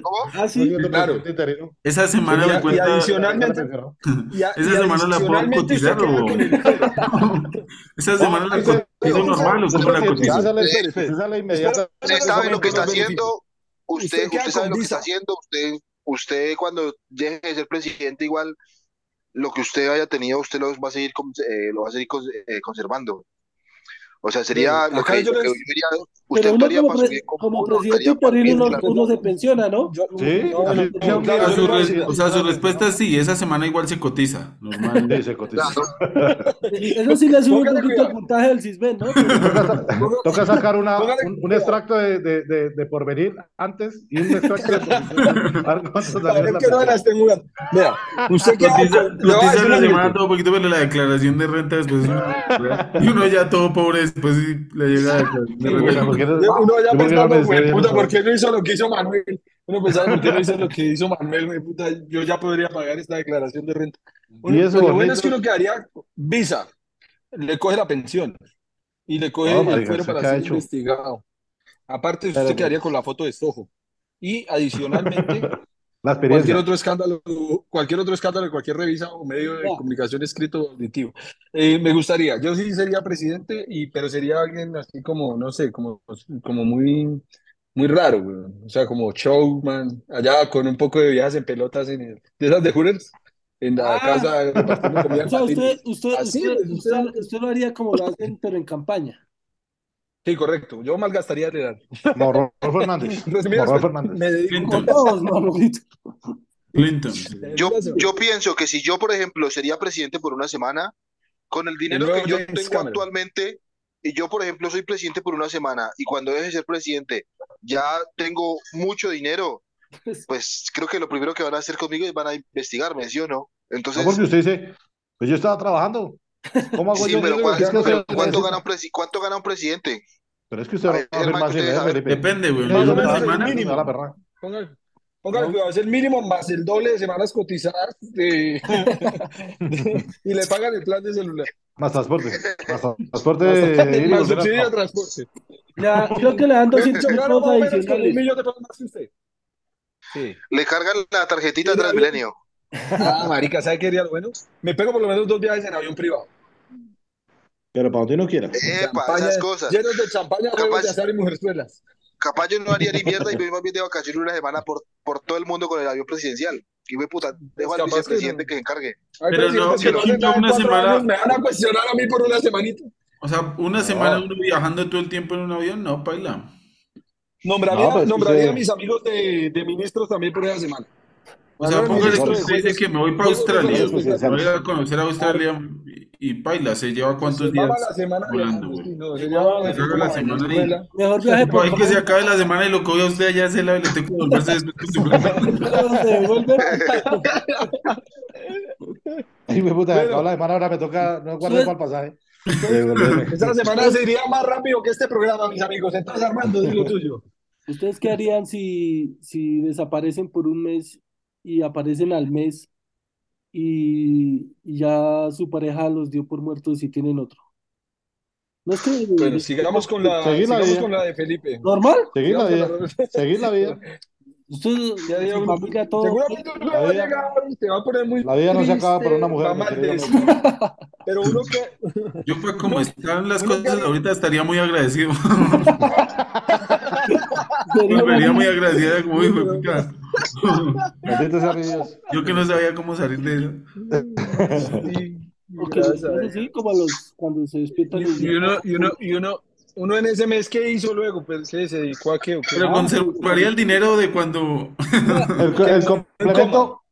Speaker 3: ¿Cómo?
Speaker 4: Ah,
Speaker 2: No
Speaker 4: sí.
Speaker 2: siendo
Speaker 1: claro.
Speaker 2: presidente interino.
Speaker 5: Esa semana
Speaker 1: Y a-
Speaker 5: me
Speaker 1: y
Speaker 5: cuesta.
Speaker 1: adicional-
Speaker 2: Sale pensionado.
Speaker 1: Y a-
Speaker 5: Esa
Speaker 1: y
Speaker 5: semana la puedo
Speaker 1: adicionalmente usted
Speaker 5: cotizar
Speaker 1: queda
Speaker 5: o.
Speaker 1: con el-
Speaker 5: Esa semana la
Speaker 2: Usted-
Speaker 5: cotizo normal o
Speaker 2: usted-
Speaker 5: cómo la
Speaker 2: usted- usted
Speaker 5: cotizo.
Speaker 2: sale-
Speaker 1: Espere, espere.
Speaker 2: usted sale inmediata-
Speaker 3: Usted sabe lo que está haciendo,
Speaker 1: Usted
Speaker 3: usted,
Speaker 1: queda
Speaker 3: usted sabe
Speaker 1: con
Speaker 3: lo que
Speaker 1: visa.
Speaker 3: está haciendo, usted, usted cuando deje de ser presidente igual lo que usted haya tenido, usted lo va a seguir, con- eh, lo va a seguir con- eh, conservando. O sea, sería
Speaker 1: Sí,
Speaker 3: lo
Speaker 1: acá
Speaker 3: que,
Speaker 1: yo
Speaker 3: lo que
Speaker 1: les-
Speaker 3: yo diría, usted
Speaker 4: Pero uno
Speaker 3: actuaría
Speaker 4: como,
Speaker 3: para
Speaker 4: pre-
Speaker 3: subir con
Speaker 4: como
Speaker 3: uno,
Speaker 4: presidente
Speaker 3: actuaría para
Speaker 4: interino
Speaker 3: bien,
Speaker 4: uno,
Speaker 3: claro.
Speaker 4: uno se pensiona, ¿no?
Speaker 1: Yo-
Speaker 2: Sí,
Speaker 1: no,
Speaker 2: así-
Speaker 1: no,
Speaker 2: sí,
Speaker 1: no,
Speaker 2: aunque-
Speaker 5: O
Speaker 1: claro,
Speaker 5: sea,
Speaker 1: yo
Speaker 5: su
Speaker 1: no-
Speaker 5: res- o sea, su respuesta es sí, esa semana igual se cotiza.
Speaker 2: Sí,
Speaker 5: Normal.
Speaker 2: se cotiza.
Speaker 4: Eso sí le sube un
Speaker 1: Póngale
Speaker 4: poquito
Speaker 1: cuidado.
Speaker 4: el puntaje del CISBEN, ¿no? Pero-
Speaker 2: Toca sacar una,
Speaker 1: Póngale-
Speaker 2: un, un extracto de, de, de, de porvenir antes y un extracto de porvenir. A ver cuánto
Speaker 1: A
Speaker 2: salió
Speaker 1: ver
Speaker 2: la
Speaker 1: qué no me la
Speaker 2: pensión.
Speaker 1: estén jugando. Vea, usted queda
Speaker 5: Cotiza,
Speaker 1: con- le voy a
Speaker 5: cotiza
Speaker 1: decir
Speaker 5: una
Speaker 1: una
Speaker 5: semana todo poquito, pero la declaración de renta después. es una- Y uno ya todo pobre después y le llega la declaración de
Speaker 2: Bueno,
Speaker 5: renta.
Speaker 2: porque-
Speaker 1: Uno ya
Speaker 2: porque no
Speaker 1: pensando,
Speaker 2: pensé
Speaker 1: güey,
Speaker 2: en
Speaker 1: puta,
Speaker 2: eso?
Speaker 1: ¿por qué no hizo lo que hizo Manuel? Uno pensaba, ¿por qué no hizo lo que hizo Manuel? güey, puta? yo ya podría pagar esta declaración de renta. Uno-
Speaker 2: Y eso,
Speaker 1: pues lo bueno es que
Speaker 2: bonito.
Speaker 1: uno quedaría visa, le coge la pensión y le coge
Speaker 2: No,
Speaker 1: el
Speaker 2: marica,
Speaker 1: fuero
Speaker 2: usted
Speaker 1: para
Speaker 2: queda
Speaker 1: ser
Speaker 2: hecho.
Speaker 1: investigado. Aparte, usted
Speaker 2: Claro,
Speaker 1: quedaría con la foto de Sojo. Y adicionalmente,
Speaker 2: La
Speaker 1: cualquier
Speaker 2: experiencia.
Speaker 1: otro escándalo, cualquier otro escándalo de cualquier revista o medio de
Speaker 4: No.
Speaker 1: comunicación escrito o auditivo. Eh, me gustaría, yo sí sería presidente, y, pero sería alguien así como, no sé, como, como muy, muy raro, güey. O sea, como showman, allá con un poco de viejas en pelotas en el- de esas de Hooters, en la
Speaker 4: Ah.
Speaker 1: casa repartiendo comida
Speaker 4: O
Speaker 1: en
Speaker 4: sea, usted,
Speaker 1: patines.
Speaker 4: usted,
Speaker 1: Así,
Speaker 4: usted,
Speaker 1: pues, usted-
Speaker 4: usted- usted lo haría como lo hacen, pero en campaña.
Speaker 1: Sí, correcto. Yo malgastaría el edad.
Speaker 2: Morrón Fernández.
Speaker 1: En resumidas
Speaker 2: Morrón
Speaker 1: cuentas,
Speaker 2: Fernández.
Speaker 1: me dedico.
Speaker 5: Clinton,
Speaker 4: Con todos, Manolito.
Speaker 5: Clinton.
Speaker 1: En
Speaker 3: Yo,
Speaker 1: resumidas-
Speaker 3: yo pienso que si yo, por ejemplo, sería presidente por una semana, con el dinero
Speaker 1: nuevo
Speaker 3: que yo
Speaker 1: James
Speaker 3: tengo
Speaker 1: Cameron.
Speaker 3: actualmente, y yo, por ejemplo, soy presidente por una semana, y cuando deje de ser presidente, ya tengo mucho dinero,
Speaker 4: Pues,
Speaker 3: pues creo que lo primero que van a hacer conmigo es van a investigarme, ¿sí o no?
Speaker 2: No,
Speaker 3: Entonces,
Speaker 2: porque usted dice, pues yo estaba trabajando. ¿Cómo hago
Speaker 3: sí,
Speaker 2: yo?
Speaker 3: pero,
Speaker 1: digo
Speaker 3: ¿cuán-
Speaker 1: que
Speaker 2: Es que
Speaker 1: no,
Speaker 2: usted-
Speaker 3: pero ¿cuánto gana un presi- cuánto gana un presidente?
Speaker 2: Pero es que usted va
Speaker 3: A
Speaker 2: a
Speaker 3: ver,
Speaker 2: hacer
Speaker 3: Germán,
Speaker 2: más
Speaker 3: ustedes,
Speaker 2: dinero,
Speaker 3: a ver.
Speaker 2: Felipe.
Speaker 5: Depende, güey.
Speaker 1: Más
Speaker 5: Yo
Speaker 1: o menos
Speaker 5: una
Speaker 1: el
Speaker 5: semana.
Speaker 1: mínimo.
Speaker 2: No, la perra.
Speaker 1: Póngale, póngale cuidado, es el mínimo más el doble de semanas cotizadas de- de- y le pagan el plan de celular.
Speaker 2: Más transporte. Más transporte.
Speaker 1: Más,
Speaker 2: ir y
Speaker 1: más
Speaker 2: volver a-
Speaker 1: subsidio de transporte.
Speaker 4: le da- creo que le dan
Speaker 1: Yo
Speaker 4: 200
Speaker 1: gano
Speaker 4: pesos
Speaker 1: más o menos con un
Speaker 4: adicionales.
Speaker 1: millón de pesos más que usted. Sí.
Speaker 3: Le cargan la tarjetita
Speaker 1: Sí, ya,
Speaker 3: Transmilenio.
Speaker 1: Ah, marica, ¿sabe qué sería lo bueno? Me pego por lo menos dos viajes en avión privado.
Speaker 2: Pero para donde no quiera.
Speaker 3: Epa,
Speaker 1: Champaña,
Speaker 3: esas cosas.
Speaker 1: llenos de champaña, huevos
Speaker 3: Capaz-
Speaker 1: de azar y mujerzuelas.
Speaker 3: Capaz yo no haría ni mierda y me iba bien de vacaciones una semana por, por todo el mundo con el avión presidencial. Y me puta, dejo al
Speaker 1: capaz que
Speaker 3: vicepresidente
Speaker 1: no.
Speaker 3: que se encargue.
Speaker 1: Hay
Speaker 5: Pero no,
Speaker 1: presidentes que no
Speaker 5: que
Speaker 1: hacen nada en
Speaker 5: una
Speaker 1: cuatro
Speaker 5: semana-
Speaker 1: años, me van a cuestionar a mí por una semanita.
Speaker 5: O sea, una
Speaker 2: No.
Speaker 5: semana uno viajando todo el tiempo en un avión, no, paila.
Speaker 1: Nombraría,
Speaker 2: No, pues,
Speaker 1: nombraría a
Speaker 2: usted-
Speaker 1: mis amigos de, de ministros también por esa semana.
Speaker 5: O sea,
Speaker 1: Manuel,
Speaker 5: póngale que
Speaker 1: ministro de
Speaker 5: usted dice
Speaker 1: Juegos-
Speaker 5: que me voy para
Speaker 1: Juegos de
Speaker 5: Australia.
Speaker 1: Salud.
Speaker 5: Me voy a
Speaker 2: Presidenciales.
Speaker 5: conocer a Australia y, y paila, se lleva
Speaker 1: Se mama
Speaker 5: cuántos días
Speaker 1: Pues, la semana
Speaker 5: volando,
Speaker 1: viajando, sí,
Speaker 5: güey.
Speaker 1: no,
Speaker 4: Se mama la
Speaker 1: sería
Speaker 5: semana
Speaker 1: como a
Speaker 5: viajando.
Speaker 1: Venezuela.
Speaker 4: Mejor viaje
Speaker 5: Tipo,
Speaker 4: por
Speaker 5: ahí que se
Speaker 4: país.
Speaker 5: acabe la semana y lo que voy a usted allá se la le tengo que volverse desacostumbrado.
Speaker 4: Se devuelve.
Speaker 2: Ay, me puta,
Speaker 1: Bueno.
Speaker 2: acabó la semana, ahora me toca, no guardé
Speaker 4: Suel-
Speaker 2: para el pasaje. De volver.
Speaker 1: Esa semana se iría más rápido que este programa, mis amigos. Entonces, Armando, di lo tuyo.
Speaker 4: ¿Ustedes qué harían si, si desaparecen por un mes y aparecen al mes y, y ya su pareja los dio por muertos y tienen otro? No es que
Speaker 1: Bueno, sigamos con la,
Speaker 2: Seguí la
Speaker 1: sigamos
Speaker 2: vida.
Speaker 1: con la de Felipe.
Speaker 4: normal,
Speaker 2: Seguir la vida.
Speaker 1: Sigamos con la-
Speaker 2: Seguir la vida.
Speaker 4: usted,
Speaker 1: Ya
Speaker 4: su
Speaker 1: digo,
Speaker 4: familia, todo.
Speaker 1: Seguramente uno
Speaker 2: La
Speaker 1: va a
Speaker 2: vida-
Speaker 1: llegar y te va a poner muy
Speaker 2: La vida no se acaba por una
Speaker 1: triste,
Speaker 2: mujer,
Speaker 1: va a
Speaker 2: mi querido
Speaker 1: maldecir. Pero uno que,
Speaker 5: Yo, pues, como están las
Speaker 1: uno que-
Speaker 5: cosas ahorita, estaría muy agradecido.
Speaker 4: Sería
Speaker 5: Me vería
Speaker 4: una-
Speaker 5: muy agradecida, como dijo, puta.
Speaker 2: Bendito sea mi Dios.
Speaker 5: Yo que no sabía cómo salir de eso.
Speaker 1: Sí,
Speaker 4: o que
Speaker 1: gracias
Speaker 4: los-
Speaker 1: a
Speaker 4: sí, como a los cuando se despiertan
Speaker 1: Y, y uno, y uno, y uno, uno en ese mes que hizo luego, pues ¿qué? se dedicó a qué, ¿O qué?
Speaker 2: Ah,
Speaker 5: Pero
Speaker 1: pues,
Speaker 5: conservaría el dinero de cuando.
Speaker 2: El, co- el complemento,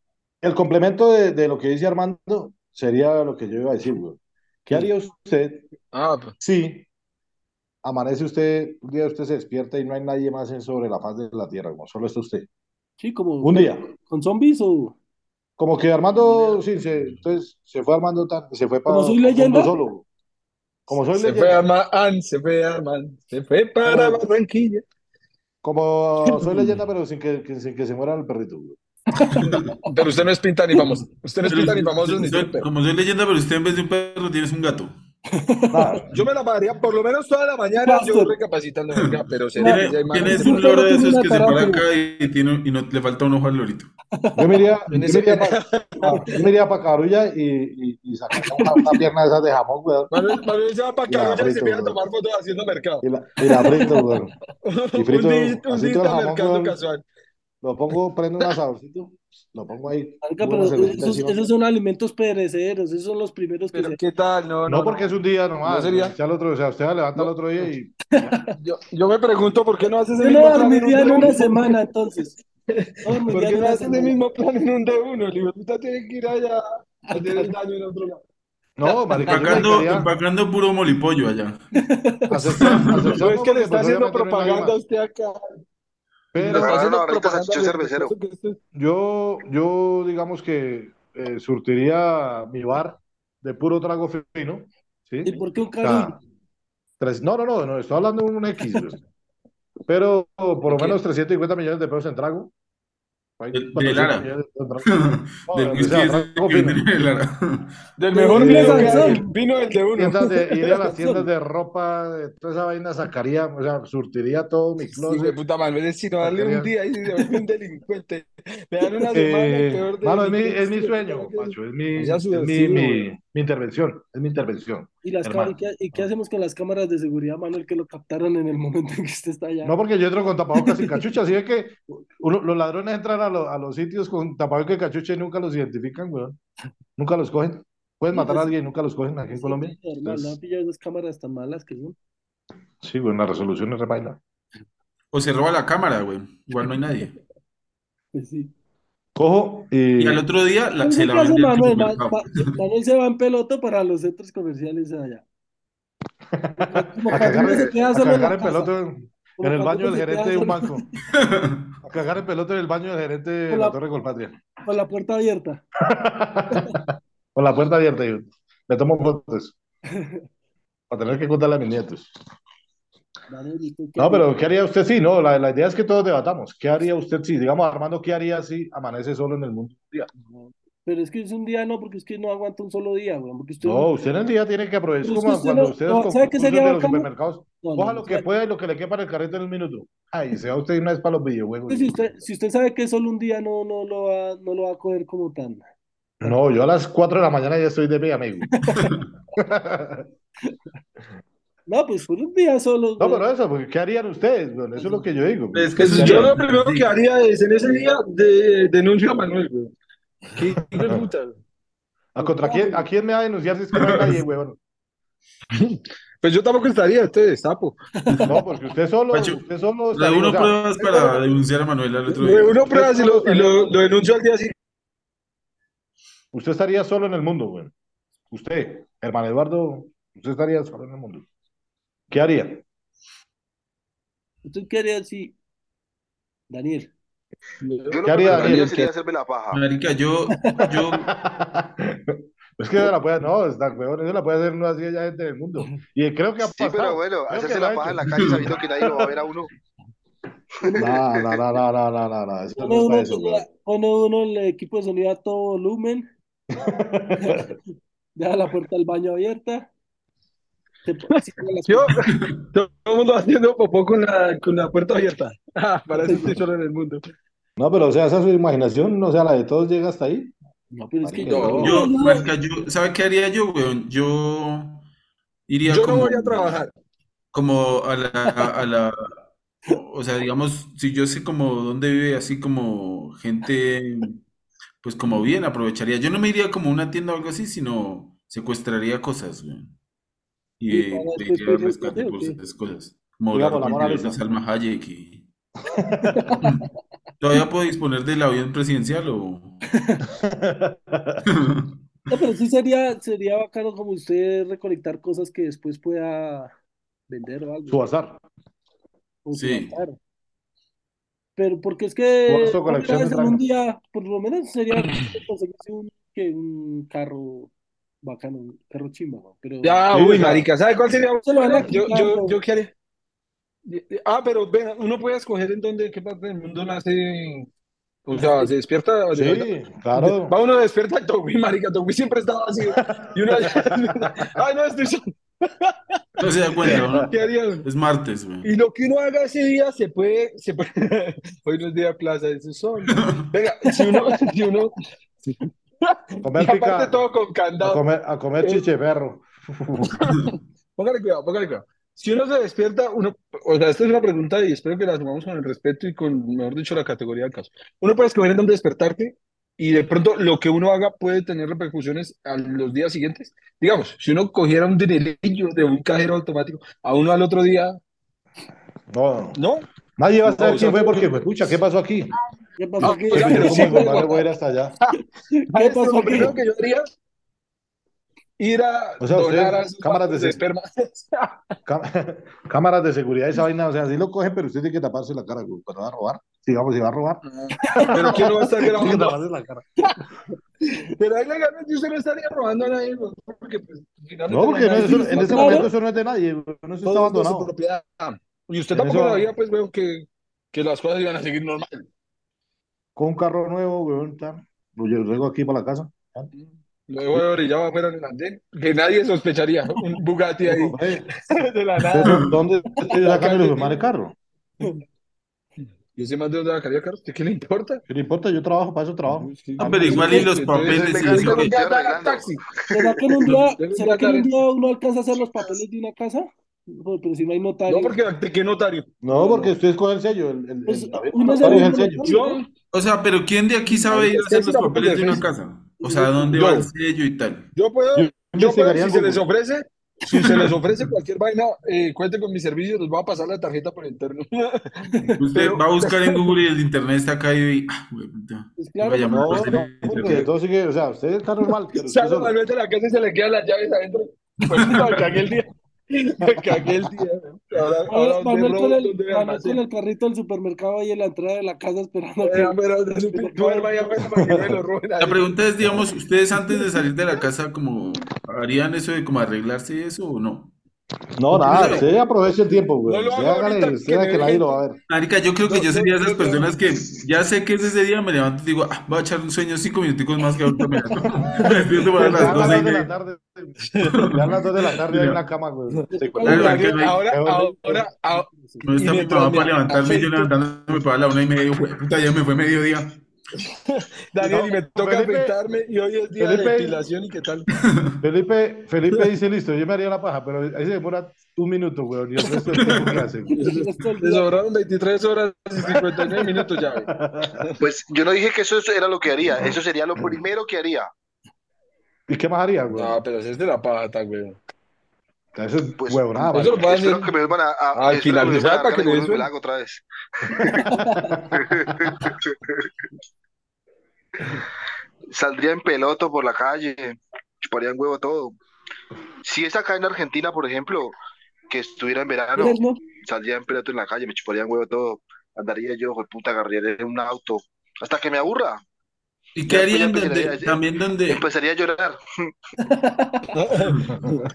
Speaker 2: el complemento de, de lo que dice Armando sería lo que yo iba a decir, güey. ¿Qué haría usted
Speaker 1: Ah, pues,
Speaker 2: si amanece usted, un día usted se despierta y no hay nadie más en- sobre la faz de la tierra, güey? Solo está usted.
Speaker 4: sí, como
Speaker 2: Un día.
Speaker 4: con zombies o
Speaker 2: Como que Armando, sí, se, entonces se fue Armando tan, se fue para
Speaker 4: ¿Como soy leyenda?
Speaker 2: solo. güey. Como soy
Speaker 1: se
Speaker 2: leyenda.
Speaker 1: fue a Man, se fue a Man, se fue para
Speaker 2: Bueno.
Speaker 1: Barranquilla.
Speaker 2: Como soy leyenda, pero sin que, que- sin que se muera el perrito. güey.
Speaker 1: Pero usted no es pinta ni famoso. Usted no es pinta ni famoso ni
Speaker 5: Soy-
Speaker 1: stripper.
Speaker 5: como soy leyenda, pero usted en vez de un perro tienes un gato.
Speaker 2: Nada.
Speaker 1: Yo me la pagaría por lo menos toda la mañana, yo
Speaker 4: Pastor.
Speaker 1: recapacitando, venga, pero será que ya hay
Speaker 5: Tiene-
Speaker 1: más
Speaker 5: Tienes
Speaker 1: gente
Speaker 5: un
Speaker 1: por acá.
Speaker 5: loro de
Speaker 4: Tiene
Speaker 5: esos
Speaker 4: una
Speaker 5: que se para
Speaker 4: tarántula.
Speaker 5: acá y, tiene, y no, le falta un ojo al lorito.
Speaker 2: Yo me iría,
Speaker 1: En
Speaker 2: yo
Speaker 1: ese-
Speaker 2: me iría ah, para Carulla y, y, y sacaría una, una pierna de esas de jamón, weón.
Speaker 1: Manuel, Manuel se va para
Speaker 2: Ya,
Speaker 1: Carulla y se
Speaker 2: frito,
Speaker 1: empieza a
Speaker 2: bro.
Speaker 1: tomar fotos haciendo mercado.
Speaker 2: Y la, y la frito, weón. Y frito,
Speaker 1: un día, un
Speaker 2: así
Speaker 1: día
Speaker 2: todo
Speaker 1: está
Speaker 2: el jamón,
Speaker 1: mercado
Speaker 2: weón.
Speaker 1: casual.
Speaker 2: Lo pongo, prendo un asadorcito, lo pongo ahí,
Speaker 4: Marica,
Speaker 2: pongo
Speaker 4: pero
Speaker 2: una cervecita
Speaker 4: esos,
Speaker 2: encima.
Speaker 4: esos son alimentos perecederos, esos son los primeros que
Speaker 1: Pero
Speaker 4: se
Speaker 1: qué tal, no,
Speaker 2: No
Speaker 1: no.
Speaker 2: porque es un día nomás,
Speaker 1: No sería-
Speaker 2: ya el otro, o sea, usted la levanta el otro día y
Speaker 1: Yo, yo me pregunto por qué no haces
Speaker 4: Yo
Speaker 1: el
Speaker 4: no
Speaker 1: mismo plan en un
Speaker 4: dormiría en
Speaker 1: día
Speaker 4: una
Speaker 1: uno?
Speaker 4: semana, entonces. No
Speaker 1: ¿Por
Speaker 4: dormiría
Speaker 1: qué
Speaker 4: en
Speaker 1: no
Speaker 4: una
Speaker 1: haces el
Speaker 4: semana.
Speaker 1: mismo plan en un de uno? El hijo de puta tiene que ir allá a hacer el daño en otro lado.
Speaker 2: no, marica, Ah, yo me
Speaker 5: Empacando,
Speaker 2: dedicaría
Speaker 5: empacando puro molipollo allá.
Speaker 2: a hacer a hacer
Speaker 1: No es
Speaker 2: salmo
Speaker 1: que le
Speaker 2: porque,
Speaker 1: está
Speaker 2: pues,
Speaker 1: haciendo
Speaker 2: obviamente no hay nadie
Speaker 1: propaganda a
Speaker 2: más.
Speaker 1: usted acá. Le
Speaker 2: Pero
Speaker 1: está
Speaker 3: Ahora no,
Speaker 1: haciendo
Speaker 3: ahorita
Speaker 1: propaganda
Speaker 3: salchichón
Speaker 1: al
Speaker 3: cervecero.
Speaker 1: esfuerzo que usted-
Speaker 2: yo, yo digamos que eh, surtiría mi bar de puro trago fino, ¿sí?
Speaker 4: ¿Y por qué un
Speaker 2: O sea,
Speaker 4: cariño?
Speaker 2: tres- no, no, no, no, estoy hablando de un X, güey. pues. pero por lo
Speaker 1: Ok.
Speaker 2: menos 350 millones de pesos en trago,
Speaker 5: Del- de Lara. Del whisky
Speaker 2: sea,
Speaker 5: ese
Speaker 2: Franco
Speaker 5: que
Speaker 2: Fino.
Speaker 5: venden en el-
Speaker 1: Del mejor
Speaker 2: Sí,
Speaker 1: vino
Speaker 2: sí,
Speaker 1: que son,
Speaker 2: sí.
Speaker 1: vino el de uno.
Speaker 2: Tiendas de- ir a las tiendas de ropa, de toda esa vaina sacaría, o sea, surtiría todo mi
Speaker 1: Sí, güey, pues,
Speaker 2: closet.
Speaker 1: puta madre, si no darle un día y se vuelve un delincuente. Le dan una semana el
Speaker 2: Eh,
Speaker 1: peor
Speaker 2: mano, es mi,
Speaker 1: delincuente.
Speaker 2: es mi sueño, macho, es mi,
Speaker 1: Allá
Speaker 2: es
Speaker 1: su
Speaker 2: mi,
Speaker 1: vestido,
Speaker 2: mi-
Speaker 1: güey.
Speaker 2: mi intervención, es mi intervención,
Speaker 4: ¿Y, las cámaras-
Speaker 2: hermano.
Speaker 4: ¿y, qué, y qué hacemos con las cámaras de seguridad, Manuel, que lo captaron en el momento en que usted está allá?
Speaker 2: No pues, porque yo entro con tapabocas y cachucha, así es que uno- los ladrones entran a, lo- a los sitios con tapabocas y cachucha y nunca los identifican, weón. Nunca los cogen. Pueden
Speaker 4: Sí,
Speaker 2: matar
Speaker 4: pues,
Speaker 2: a alguien y nunca los cogen aquí en
Speaker 4: Sí,
Speaker 2: Colombia. Pues
Speaker 4: claro, hermano, ¿no han
Speaker 2: Entonces,
Speaker 4: pillado esas cámaras tan malas que son?
Speaker 2: sí, bueno, la resolución es rebaila.
Speaker 5: O se roba la cámara, güey. Igual no hay nadie.
Speaker 4: Pues sí.
Speaker 2: Cojo
Speaker 5: Y al
Speaker 2: y
Speaker 5: otro día la- se
Speaker 4: ¿Qué
Speaker 5: la
Speaker 4: hace
Speaker 5: venden en el
Speaker 4: Manuel? Ma-
Speaker 5: supermercado.
Speaker 4: Ma- Manuel se va en pelota para los centros comerciales allá. Como
Speaker 2: a
Speaker 4: cuando
Speaker 2: cagar,
Speaker 4: uno se queda
Speaker 2: a
Speaker 4: solo en la
Speaker 2: cagar el
Speaker 4: casa.
Speaker 2: pelote en,
Speaker 4: Como
Speaker 2: en el
Speaker 4: cuando
Speaker 2: baño
Speaker 4: uno
Speaker 2: del
Speaker 4: se queda
Speaker 2: gerente de un
Speaker 4: solo
Speaker 2: banco. A cagar el pelote en el baño del gerente de
Speaker 4: Con
Speaker 2: la
Speaker 4: la-
Speaker 2: Torre Colpatria.
Speaker 4: con la puerta abierta.
Speaker 2: Con la puerta abierta, yo. Le tomo fotos para tener que contarle a mis nietos.
Speaker 4: Manuel, ¿y tú qué
Speaker 2: No,
Speaker 4: harías?
Speaker 2: pero ¿qué haría usted si? No, la, la idea es que todos debatamos. ¿Qué haría usted si, digamos, Armando, qué haría si amanece solo en el mundo? un día?
Speaker 4: No, Pero es que es un día no, porque es que no aguanta un solo día, weón, porque usted
Speaker 2: No, usted en el día tiene que aprovechar. Es
Speaker 4: Pero es
Speaker 2: como
Speaker 4: que
Speaker 2: cuando
Speaker 4: usted no-
Speaker 2: ustedes
Speaker 4: no,
Speaker 2: con
Speaker 4: ¿sabe qué
Speaker 2: concursos
Speaker 4: sería
Speaker 2: de los
Speaker 4: bacano?
Speaker 2: supermercados.
Speaker 4: No, no,
Speaker 2: Coja lo que
Speaker 4: ¿sabe?
Speaker 2: pueda y lo que le quepa en el carrito en un minuto. Ay, se va usted una vez para los videojuegos.
Speaker 4: Pues si usted, si usted sabe que solo un día no, no lo va, no lo va a coger como tan.
Speaker 2: No, yo a las 4 de la mañana ya estoy de pie, amigo.
Speaker 4: No, pues por un día solo,
Speaker 2: No,
Speaker 4: weón.
Speaker 2: pero eso, porque ¿qué harían ustedes? Bueno, eso es lo que yo digo.
Speaker 5: Es que
Speaker 2: ¿Ustedes qué
Speaker 5: eso es-
Speaker 1: Pues Yo
Speaker 2: harían?
Speaker 1: lo primero que haría es en ese día de, denuncio a Manuel, güey. Qué hijo de puta, güey.
Speaker 2: ¿A contra quién, a quién me va a denunciar si es que no hay nadie, huevón?
Speaker 1: Pues yo tampoco estaría, usted es sapo.
Speaker 2: No, porque usted solo,
Speaker 5: Pacho,
Speaker 2: usted solo está
Speaker 5: La uno
Speaker 2: o sea,
Speaker 5: pruebas para denunciar a Manuel al otro día.
Speaker 1: Uno prueba y lo, y lo- lo denuncio al día siguiente.
Speaker 2: usted estaría solo en el mundo, güey. Usted, hermano Eduardo, usted estaría solo en el mundo. ¿Qué haría?
Speaker 4: ¿Usted qué haría si, Daniel?
Speaker 3: Yo lo
Speaker 2: ¿Qué haría
Speaker 3: primero que
Speaker 2: Daniel?
Speaker 3: haría sería hacerme la paja.
Speaker 5: Marica, yo, yo,
Speaker 2: Es que no la puede, no, está, huevón, eso la puede hacer no así ella gente del mundo. Y creo que ha
Speaker 3: Sí, pero
Speaker 2: pasado.
Speaker 3: bueno,
Speaker 2: Creo
Speaker 3: hacerse
Speaker 2: que lo ha
Speaker 3: la paja en
Speaker 2: hecho.
Speaker 3: la calle sabiendo que nadie lo va a ver a uno.
Speaker 2: No, no, no, no, no, no, no, no, eso no
Speaker 4: Pone
Speaker 2: es para
Speaker 4: uno,
Speaker 2: eso,
Speaker 4: con la- pone uno el equipo de sonido a todo volumen,
Speaker 2: huevón.
Speaker 4: deja la puerta del baño abierta. se po- cierra las
Speaker 1: Yo,
Speaker 4: puertas.
Speaker 1: todo el mundo haciendo popó con la, con la puerta abierta. Ah, para eso estoy solo en el mundo.
Speaker 2: No, pero o sea, esa es su imaginación, no, o sea, la de todos llega hasta ahí.
Speaker 4: No, pero es que
Speaker 2: Marica,
Speaker 4: yo,
Speaker 2: no.
Speaker 4: yo-
Speaker 5: yo, marica, yo, ¿sabe qué haría yo, weón? Yo iría
Speaker 1: Yo no
Speaker 5: como,
Speaker 1: voy a trabajar.
Speaker 5: como a la, a la, o sea, digamos, si yo sé como dónde vive así como gente, pues como bien, aprovecharía. Yo no me iría como a una tienda o algo así, sino secuestraría cosas, weón. Y
Speaker 4: ¿Y
Speaker 5: eh,
Speaker 4: para después
Speaker 5: pediría
Speaker 4: pedir
Speaker 5: rescate
Speaker 4: rescate o
Speaker 5: por
Speaker 4: qué?
Speaker 5: esas cosas. Como la
Speaker 2: Digamos, la
Speaker 5: ropa
Speaker 2: Mona
Speaker 5: interior de
Speaker 2: Lisa.
Speaker 5: Salma Hayek y... ¿Todavía puedo disponer del avión presidencial o...?
Speaker 4: No, pero sí sería, sería bacano como usted recolectar cosas que después pueda vender o algo,
Speaker 2: Subastar,
Speaker 4: o
Speaker 5: Sí.
Speaker 4: subastar. Pero porque es que
Speaker 2: Subasta o
Speaker 4: una
Speaker 2: colección de
Speaker 4: vez en un
Speaker 2: trajes.
Speaker 4: día, por lo menos sería conseguirse un, que un carro bacano, un carro chimba, ¿no? Pero
Speaker 1: Ya,
Speaker 2: Sí, o
Speaker 1: uy,
Speaker 2: sea,
Speaker 1: marica, ¿sabe cuál sería?
Speaker 4: se lo van a
Speaker 1: Yo,
Speaker 4: quitar,
Speaker 1: yo,
Speaker 4: ¿no?
Speaker 1: yo qué haría. Ah, pero ven, uno puede escoger en dónde, en qué parte del mundo nace. O sea, se despierta. o sea,
Speaker 2: sí, claro.
Speaker 1: Va uno despierta al Togui, marica. Togui siempre está vacío. Y uno allá- Ay, no, estoy solo.
Speaker 5: No se da cuenta, ¿no?
Speaker 1: ¿Qué haría uno?
Speaker 5: Es martes, güey.
Speaker 1: Y lo que uno haga ese día se puede, se puede- hoy no es día de plaza, es de sol. Venga, si uno, si uno,
Speaker 2: Comer
Speaker 1: y aparte
Speaker 2: pica,
Speaker 1: todo con
Speaker 2: a
Speaker 1: candado,
Speaker 2: comer, a comer
Speaker 1: Eh,
Speaker 2: chiche perro.
Speaker 1: póngale cuidado, póngale cuidado. Si uno se despierta, uno, o sea, esta es una pregunta y espero que la asumamos con el respeto y con, mejor dicho, la categoría del caso. Uno puede escoger en dónde despertarte y de pronto lo que uno haga puede tener repercusiones a los días siguientes. Digamos, si uno cogiera un dinerillo de un cajero automático, a uno al otro día,
Speaker 2: No, no.
Speaker 1: ¿no?
Speaker 2: Nadie va a saber
Speaker 1: No, o sea,
Speaker 2: quién fue porque, pues, pucha, ¿qué pasó aquí?
Speaker 4: ¿Qué pasó
Speaker 1: Ah,
Speaker 4: aquí?
Speaker 1: o sea,
Speaker 2: Pero
Speaker 1: pero
Speaker 2: yo
Speaker 1: sí
Speaker 2: como
Speaker 1: puede
Speaker 2: compadre voy a
Speaker 1: guardar.
Speaker 2: ir hasta allá.
Speaker 4: ¿Qué
Speaker 1: Maestro,
Speaker 4: pasó
Speaker 1: lo
Speaker 4: aquí?
Speaker 1: primero que yo haría ir a
Speaker 2: O sea,
Speaker 1: donar a
Speaker 2: ustedes,
Speaker 1: sus
Speaker 2: cámaras
Speaker 1: bancos
Speaker 2: de,
Speaker 1: de
Speaker 2: se-
Speaker 1: esperma.
Speaker 2: cam- cámaras de seguridad, esa vaina, o sea, sí lo cogen, pero usted tiene que taparse la cara, güey, cuando va a robar. Digamos, si va a robar,
Speaker 1: Pero ¿quién no va a estar
Speaker 2: tiene que
Speaker 1: grabando?
Speaker 2: taparse la cara.
Speaker 1: Pero ahí la gana, yo usted no estaría robando a nadie, güey, porque pues,
Speaker 2: No,
Speaker 1: finalmente
Speaker 2: porque en,
Speaker 1: hay nadie.
Speaker 2: eso- en ese
Speaker 4: Claro.
Speaker 2: momento eso no es de nadie, güey,
Speaker 1: Todo
Speaker 2: no eso está
Speaker 1: es de su
Speaker 2: abandonado.
Speaker 1: propiedad. Y usted
Speaker 2: En
Speaker 1: tampoco
Speaker 2: eso-
Speaker 1: sabía, pues, veo que, que las cosas iban a seguir normal.
Speaker 2: con un carro nuevo, weón, tal. Lo llevo aquí para la casa. tal.
Speaker 1: Lo dejo de orillado afuera en el andén, que nadie sospecharía. Un Bugatti ahí,
Speaker 2: Oye,
Speaker 1: de la nada.
Speaker 2: ¿de ¿Dónde estoy sacando los demás de carro?
Speaker 1: Yo sé más de dónde sacaría carros, ¿qué le importa?
Speaker 2: ¿Qué le importa? Yo trabajo, para eso trabajo.
Speaker 1: Sí.
Speaker 5: Ah, pero igual y los
Speaker 1: Entonces,
Speaker 5: papeles y
Speaker 1: venga,
Speaker 5: eso
Speaker 1: venga,
Speaker 5: que-
Speaker 1: ya
Speaker 3: Estoy
Speaker 1: haga
Speaker 3: arreglando.
Speaker 1: taxi.
Speaker 4: ¿Será que en un día,
Speaker 1: Debe
Speaker 4: será que en un
Speaker 1: tratar-
Speaker 4: día uno alcanza a hacer los papeles de una casa? No, pero si no hay
Speaker 1: No,
Speaker 4: notario.
Speaker 1: porque ante qué notario.
Speaker 2: No, porque usted escoge el sello. El, el,
Speaker 4: Pues,
Speaker 2: el- a ver,
Speaker 4: uno
Speaker 2: ¿cuál es
Speaker 4: se
Speaker 2: el sello?
Speaker 1: Yo,
Speaker 5: O sea, pero ¿quién de aquí sabe
Speaker 1: Ahorita
Speaker 5: ir a
Speaker 1: es que
Speaker 5: hacer
Speaker 1: eso
Speaker 5: los
Speaker 1: tampoco
Speaker 5: papeles de una
Speaker 1: defensa.
Speaker 5: casa? O sea, ¿dónde va
Speaker 1: Yo.
Speaker 5: el sello y tal?
Speaker 1: yo puedo,
Speaker 2: Yo
Speaker 1: yo puedo,
Speaker 2: investigaría
Speaker 1: si
Speaker 2: en
Speaker 1: se les
Speaker 2: Google.
Speaker 1: ofrece, si se les ofrece cualquier vaina, eh, cuente con mis servicios, les voy a pasar la tarjeta por interno.
Speaker 5: Usted
Speaker 1: Pero,
Speaker 5: va a buscar en Google y el internet está acá y... Ah, güey, puta.
Speaker 4: Pues
Speaker 5: Iba a
Speaker 4: claro,
Speaker 5: llamar
Speaker 2: No,
Speaker 5: por
Speaker 2: no,
Speaker 5: teléfono.
Speaker 2: porque todo sigue, o sea, usted está normal, pero
Speaker 4: Pues,
Speaker 2: usted
Speaker 1: sale
Speaker 2: solo.
Speaker 1: Manuel de la casa y se le quedan las llaves adentro. Pues, no, me cagué el día. Me cagué el día. Ahora, ahora donde
Speaker 4: Manuel, Manuel con
Speaker 1: robo,
Speaker 4: el,
Speaker 1: donde
Speaker 4: Manuel con
Speaker 1: almacén.
Speaker 4: el carrito del supermercado ahí en la entrada de la casa esperando a
Speaker 1: Eh,
Speaker 4: que
Speaker 1: pero de su
Speaker 4: que le
Speaker 1: tu
Speaker 4: cojan.
Speaker 1: hermana ya pues, para que no me lo roben
Speaker 5: La
Speaker 1: ahí.
Speaker 5: pregunta es, digamos, ¿ustedes antes de salir de la casa como harían eso de como arreglarse y eso o no?
Speaker 2: No,
Speaker 5: Yo
Speaker 2: nada,
Speaker 5: creo-
Speaker 2: usted aproveche el tiempo,
Speaker 1: No
Speaker 2: weón.
Speaker 1: lo
Speaker 2: Usted
Speaker 1: hago
Speaker 2: hágale,
Speaker 1: ahorita
Speaker 2: usted
Speaker 1: que
Speaker 2: sabe
Speaker 1: me
Speaker 2: que nadie lo
Speaker 1: dejen.
Speaker 2: va a ver.
Speaker 5: Marica, yo creo que
Speaker 1: No,
Speaker 5: yo
Speaker 1: no,
Speaker 5: sería de esas
Speaker 1: no, no.
Speaker 5: personas que ya sé que es ese día, me levanto y digo, ah, voy a echar un sueño cinco minuticos más que ahorita me despierto. Me despierto para
Speaker 1: Ah,
Speaker 2: Ya
Speaker 5: las
Speaker 2: a las
Speaker 5: 12 y
Speaker 2: 2 de la
Speaker 5: media.
Speaker 2: tarde, ya a las 2 de la tarde hay
Speaker 5: Mira,
Speaker 2: una cama, weón. Se
Speaker 4: Claro,
Speaker 2: cuelga.
Speaker 5: arranqué
Speaker 1: Entonces,
Speaker 5: ahí.
Speaker 1: ahora,
Speaker 2: Mejor
Speaker 1: ahora, ahora,
Speaker 5: No
Speaker 1: y
Speaker 5: está mi
Speaker 1: mientras
Speaker 5: trabajo
Speaker 1: me
Speaker 5: para levantarme, yo
Speaker 1: afeito,
Speaker 5: levantándome para la una y media, hijo de puta, ya me fue mediodía.
Speaker 1: Daniel, y me
Speaker 2: No,
Speaker 1: toca
Speaker 2: Felipe,
Speaker 1: afeitarme y hoy es día de
Speaker 2: Felipe,
Speaker 1: depilación y qué tal.
Speaker 2: Felipe, Felipe dice, listo, yo me haría la paja, pero ahí se demora un minuto, weón, y el resto del tiempo, ¿qué hace, weón?
Speaker 4: el resto del
Speaker 1: Le
Speaker 4: día.
Speaker 1: sobraron 23 horas y 59 minutos ya, ve.
Speaker 3: Pues yo no dije que eso era lo que haría, eso sería lo primero que haría.
Speaker 2: ¿Y qué más haría,
Speaker 1: No,
Speaker 2: weón?
Speaker 1: pero ese es de la pata, güey.
Speaker 2: Eso es
Speaker 3: Pues
Speaker 2: huevonada,
Speaker 1: Eso
Speaker 2: marica.
Speaker 1: lo puede hacer
Speaker 3: espero que me vuelvan a, a-
Speaker 1: al
Speaker 3: espero que me vuelvan a
Speaker 1: finalizar
Speaker 3: dar
Speaker 1: para que le
Speaker 3: ganas y
Speaker 1: dé
Speaker 3: vuelvo y me
Speaker 1: sueldo.
Speaker 3: la hago otra vez. Saldría en peloto por la calle, chuparía un huevo todo. Si es acá en Argentina, por ejemplo, que estuviera en verano,
Speaker 1: Pues,
Speaker 4: ¿Quieres, no?
Speaker 3: saldría en peloto en la calle, me chuparía un huevo todo, andaría yo, hijo de puta, agarraría en un auto, hasta que me aburra.
Speaker 5: ¿Y qué
Speaker 3: Ya después ya
Speaker 1: pues,
Speaker 5: harían
Speaker 3: empezaría,
Speaker 5: donde, también donde
Speaker 3: empezaría a llorar.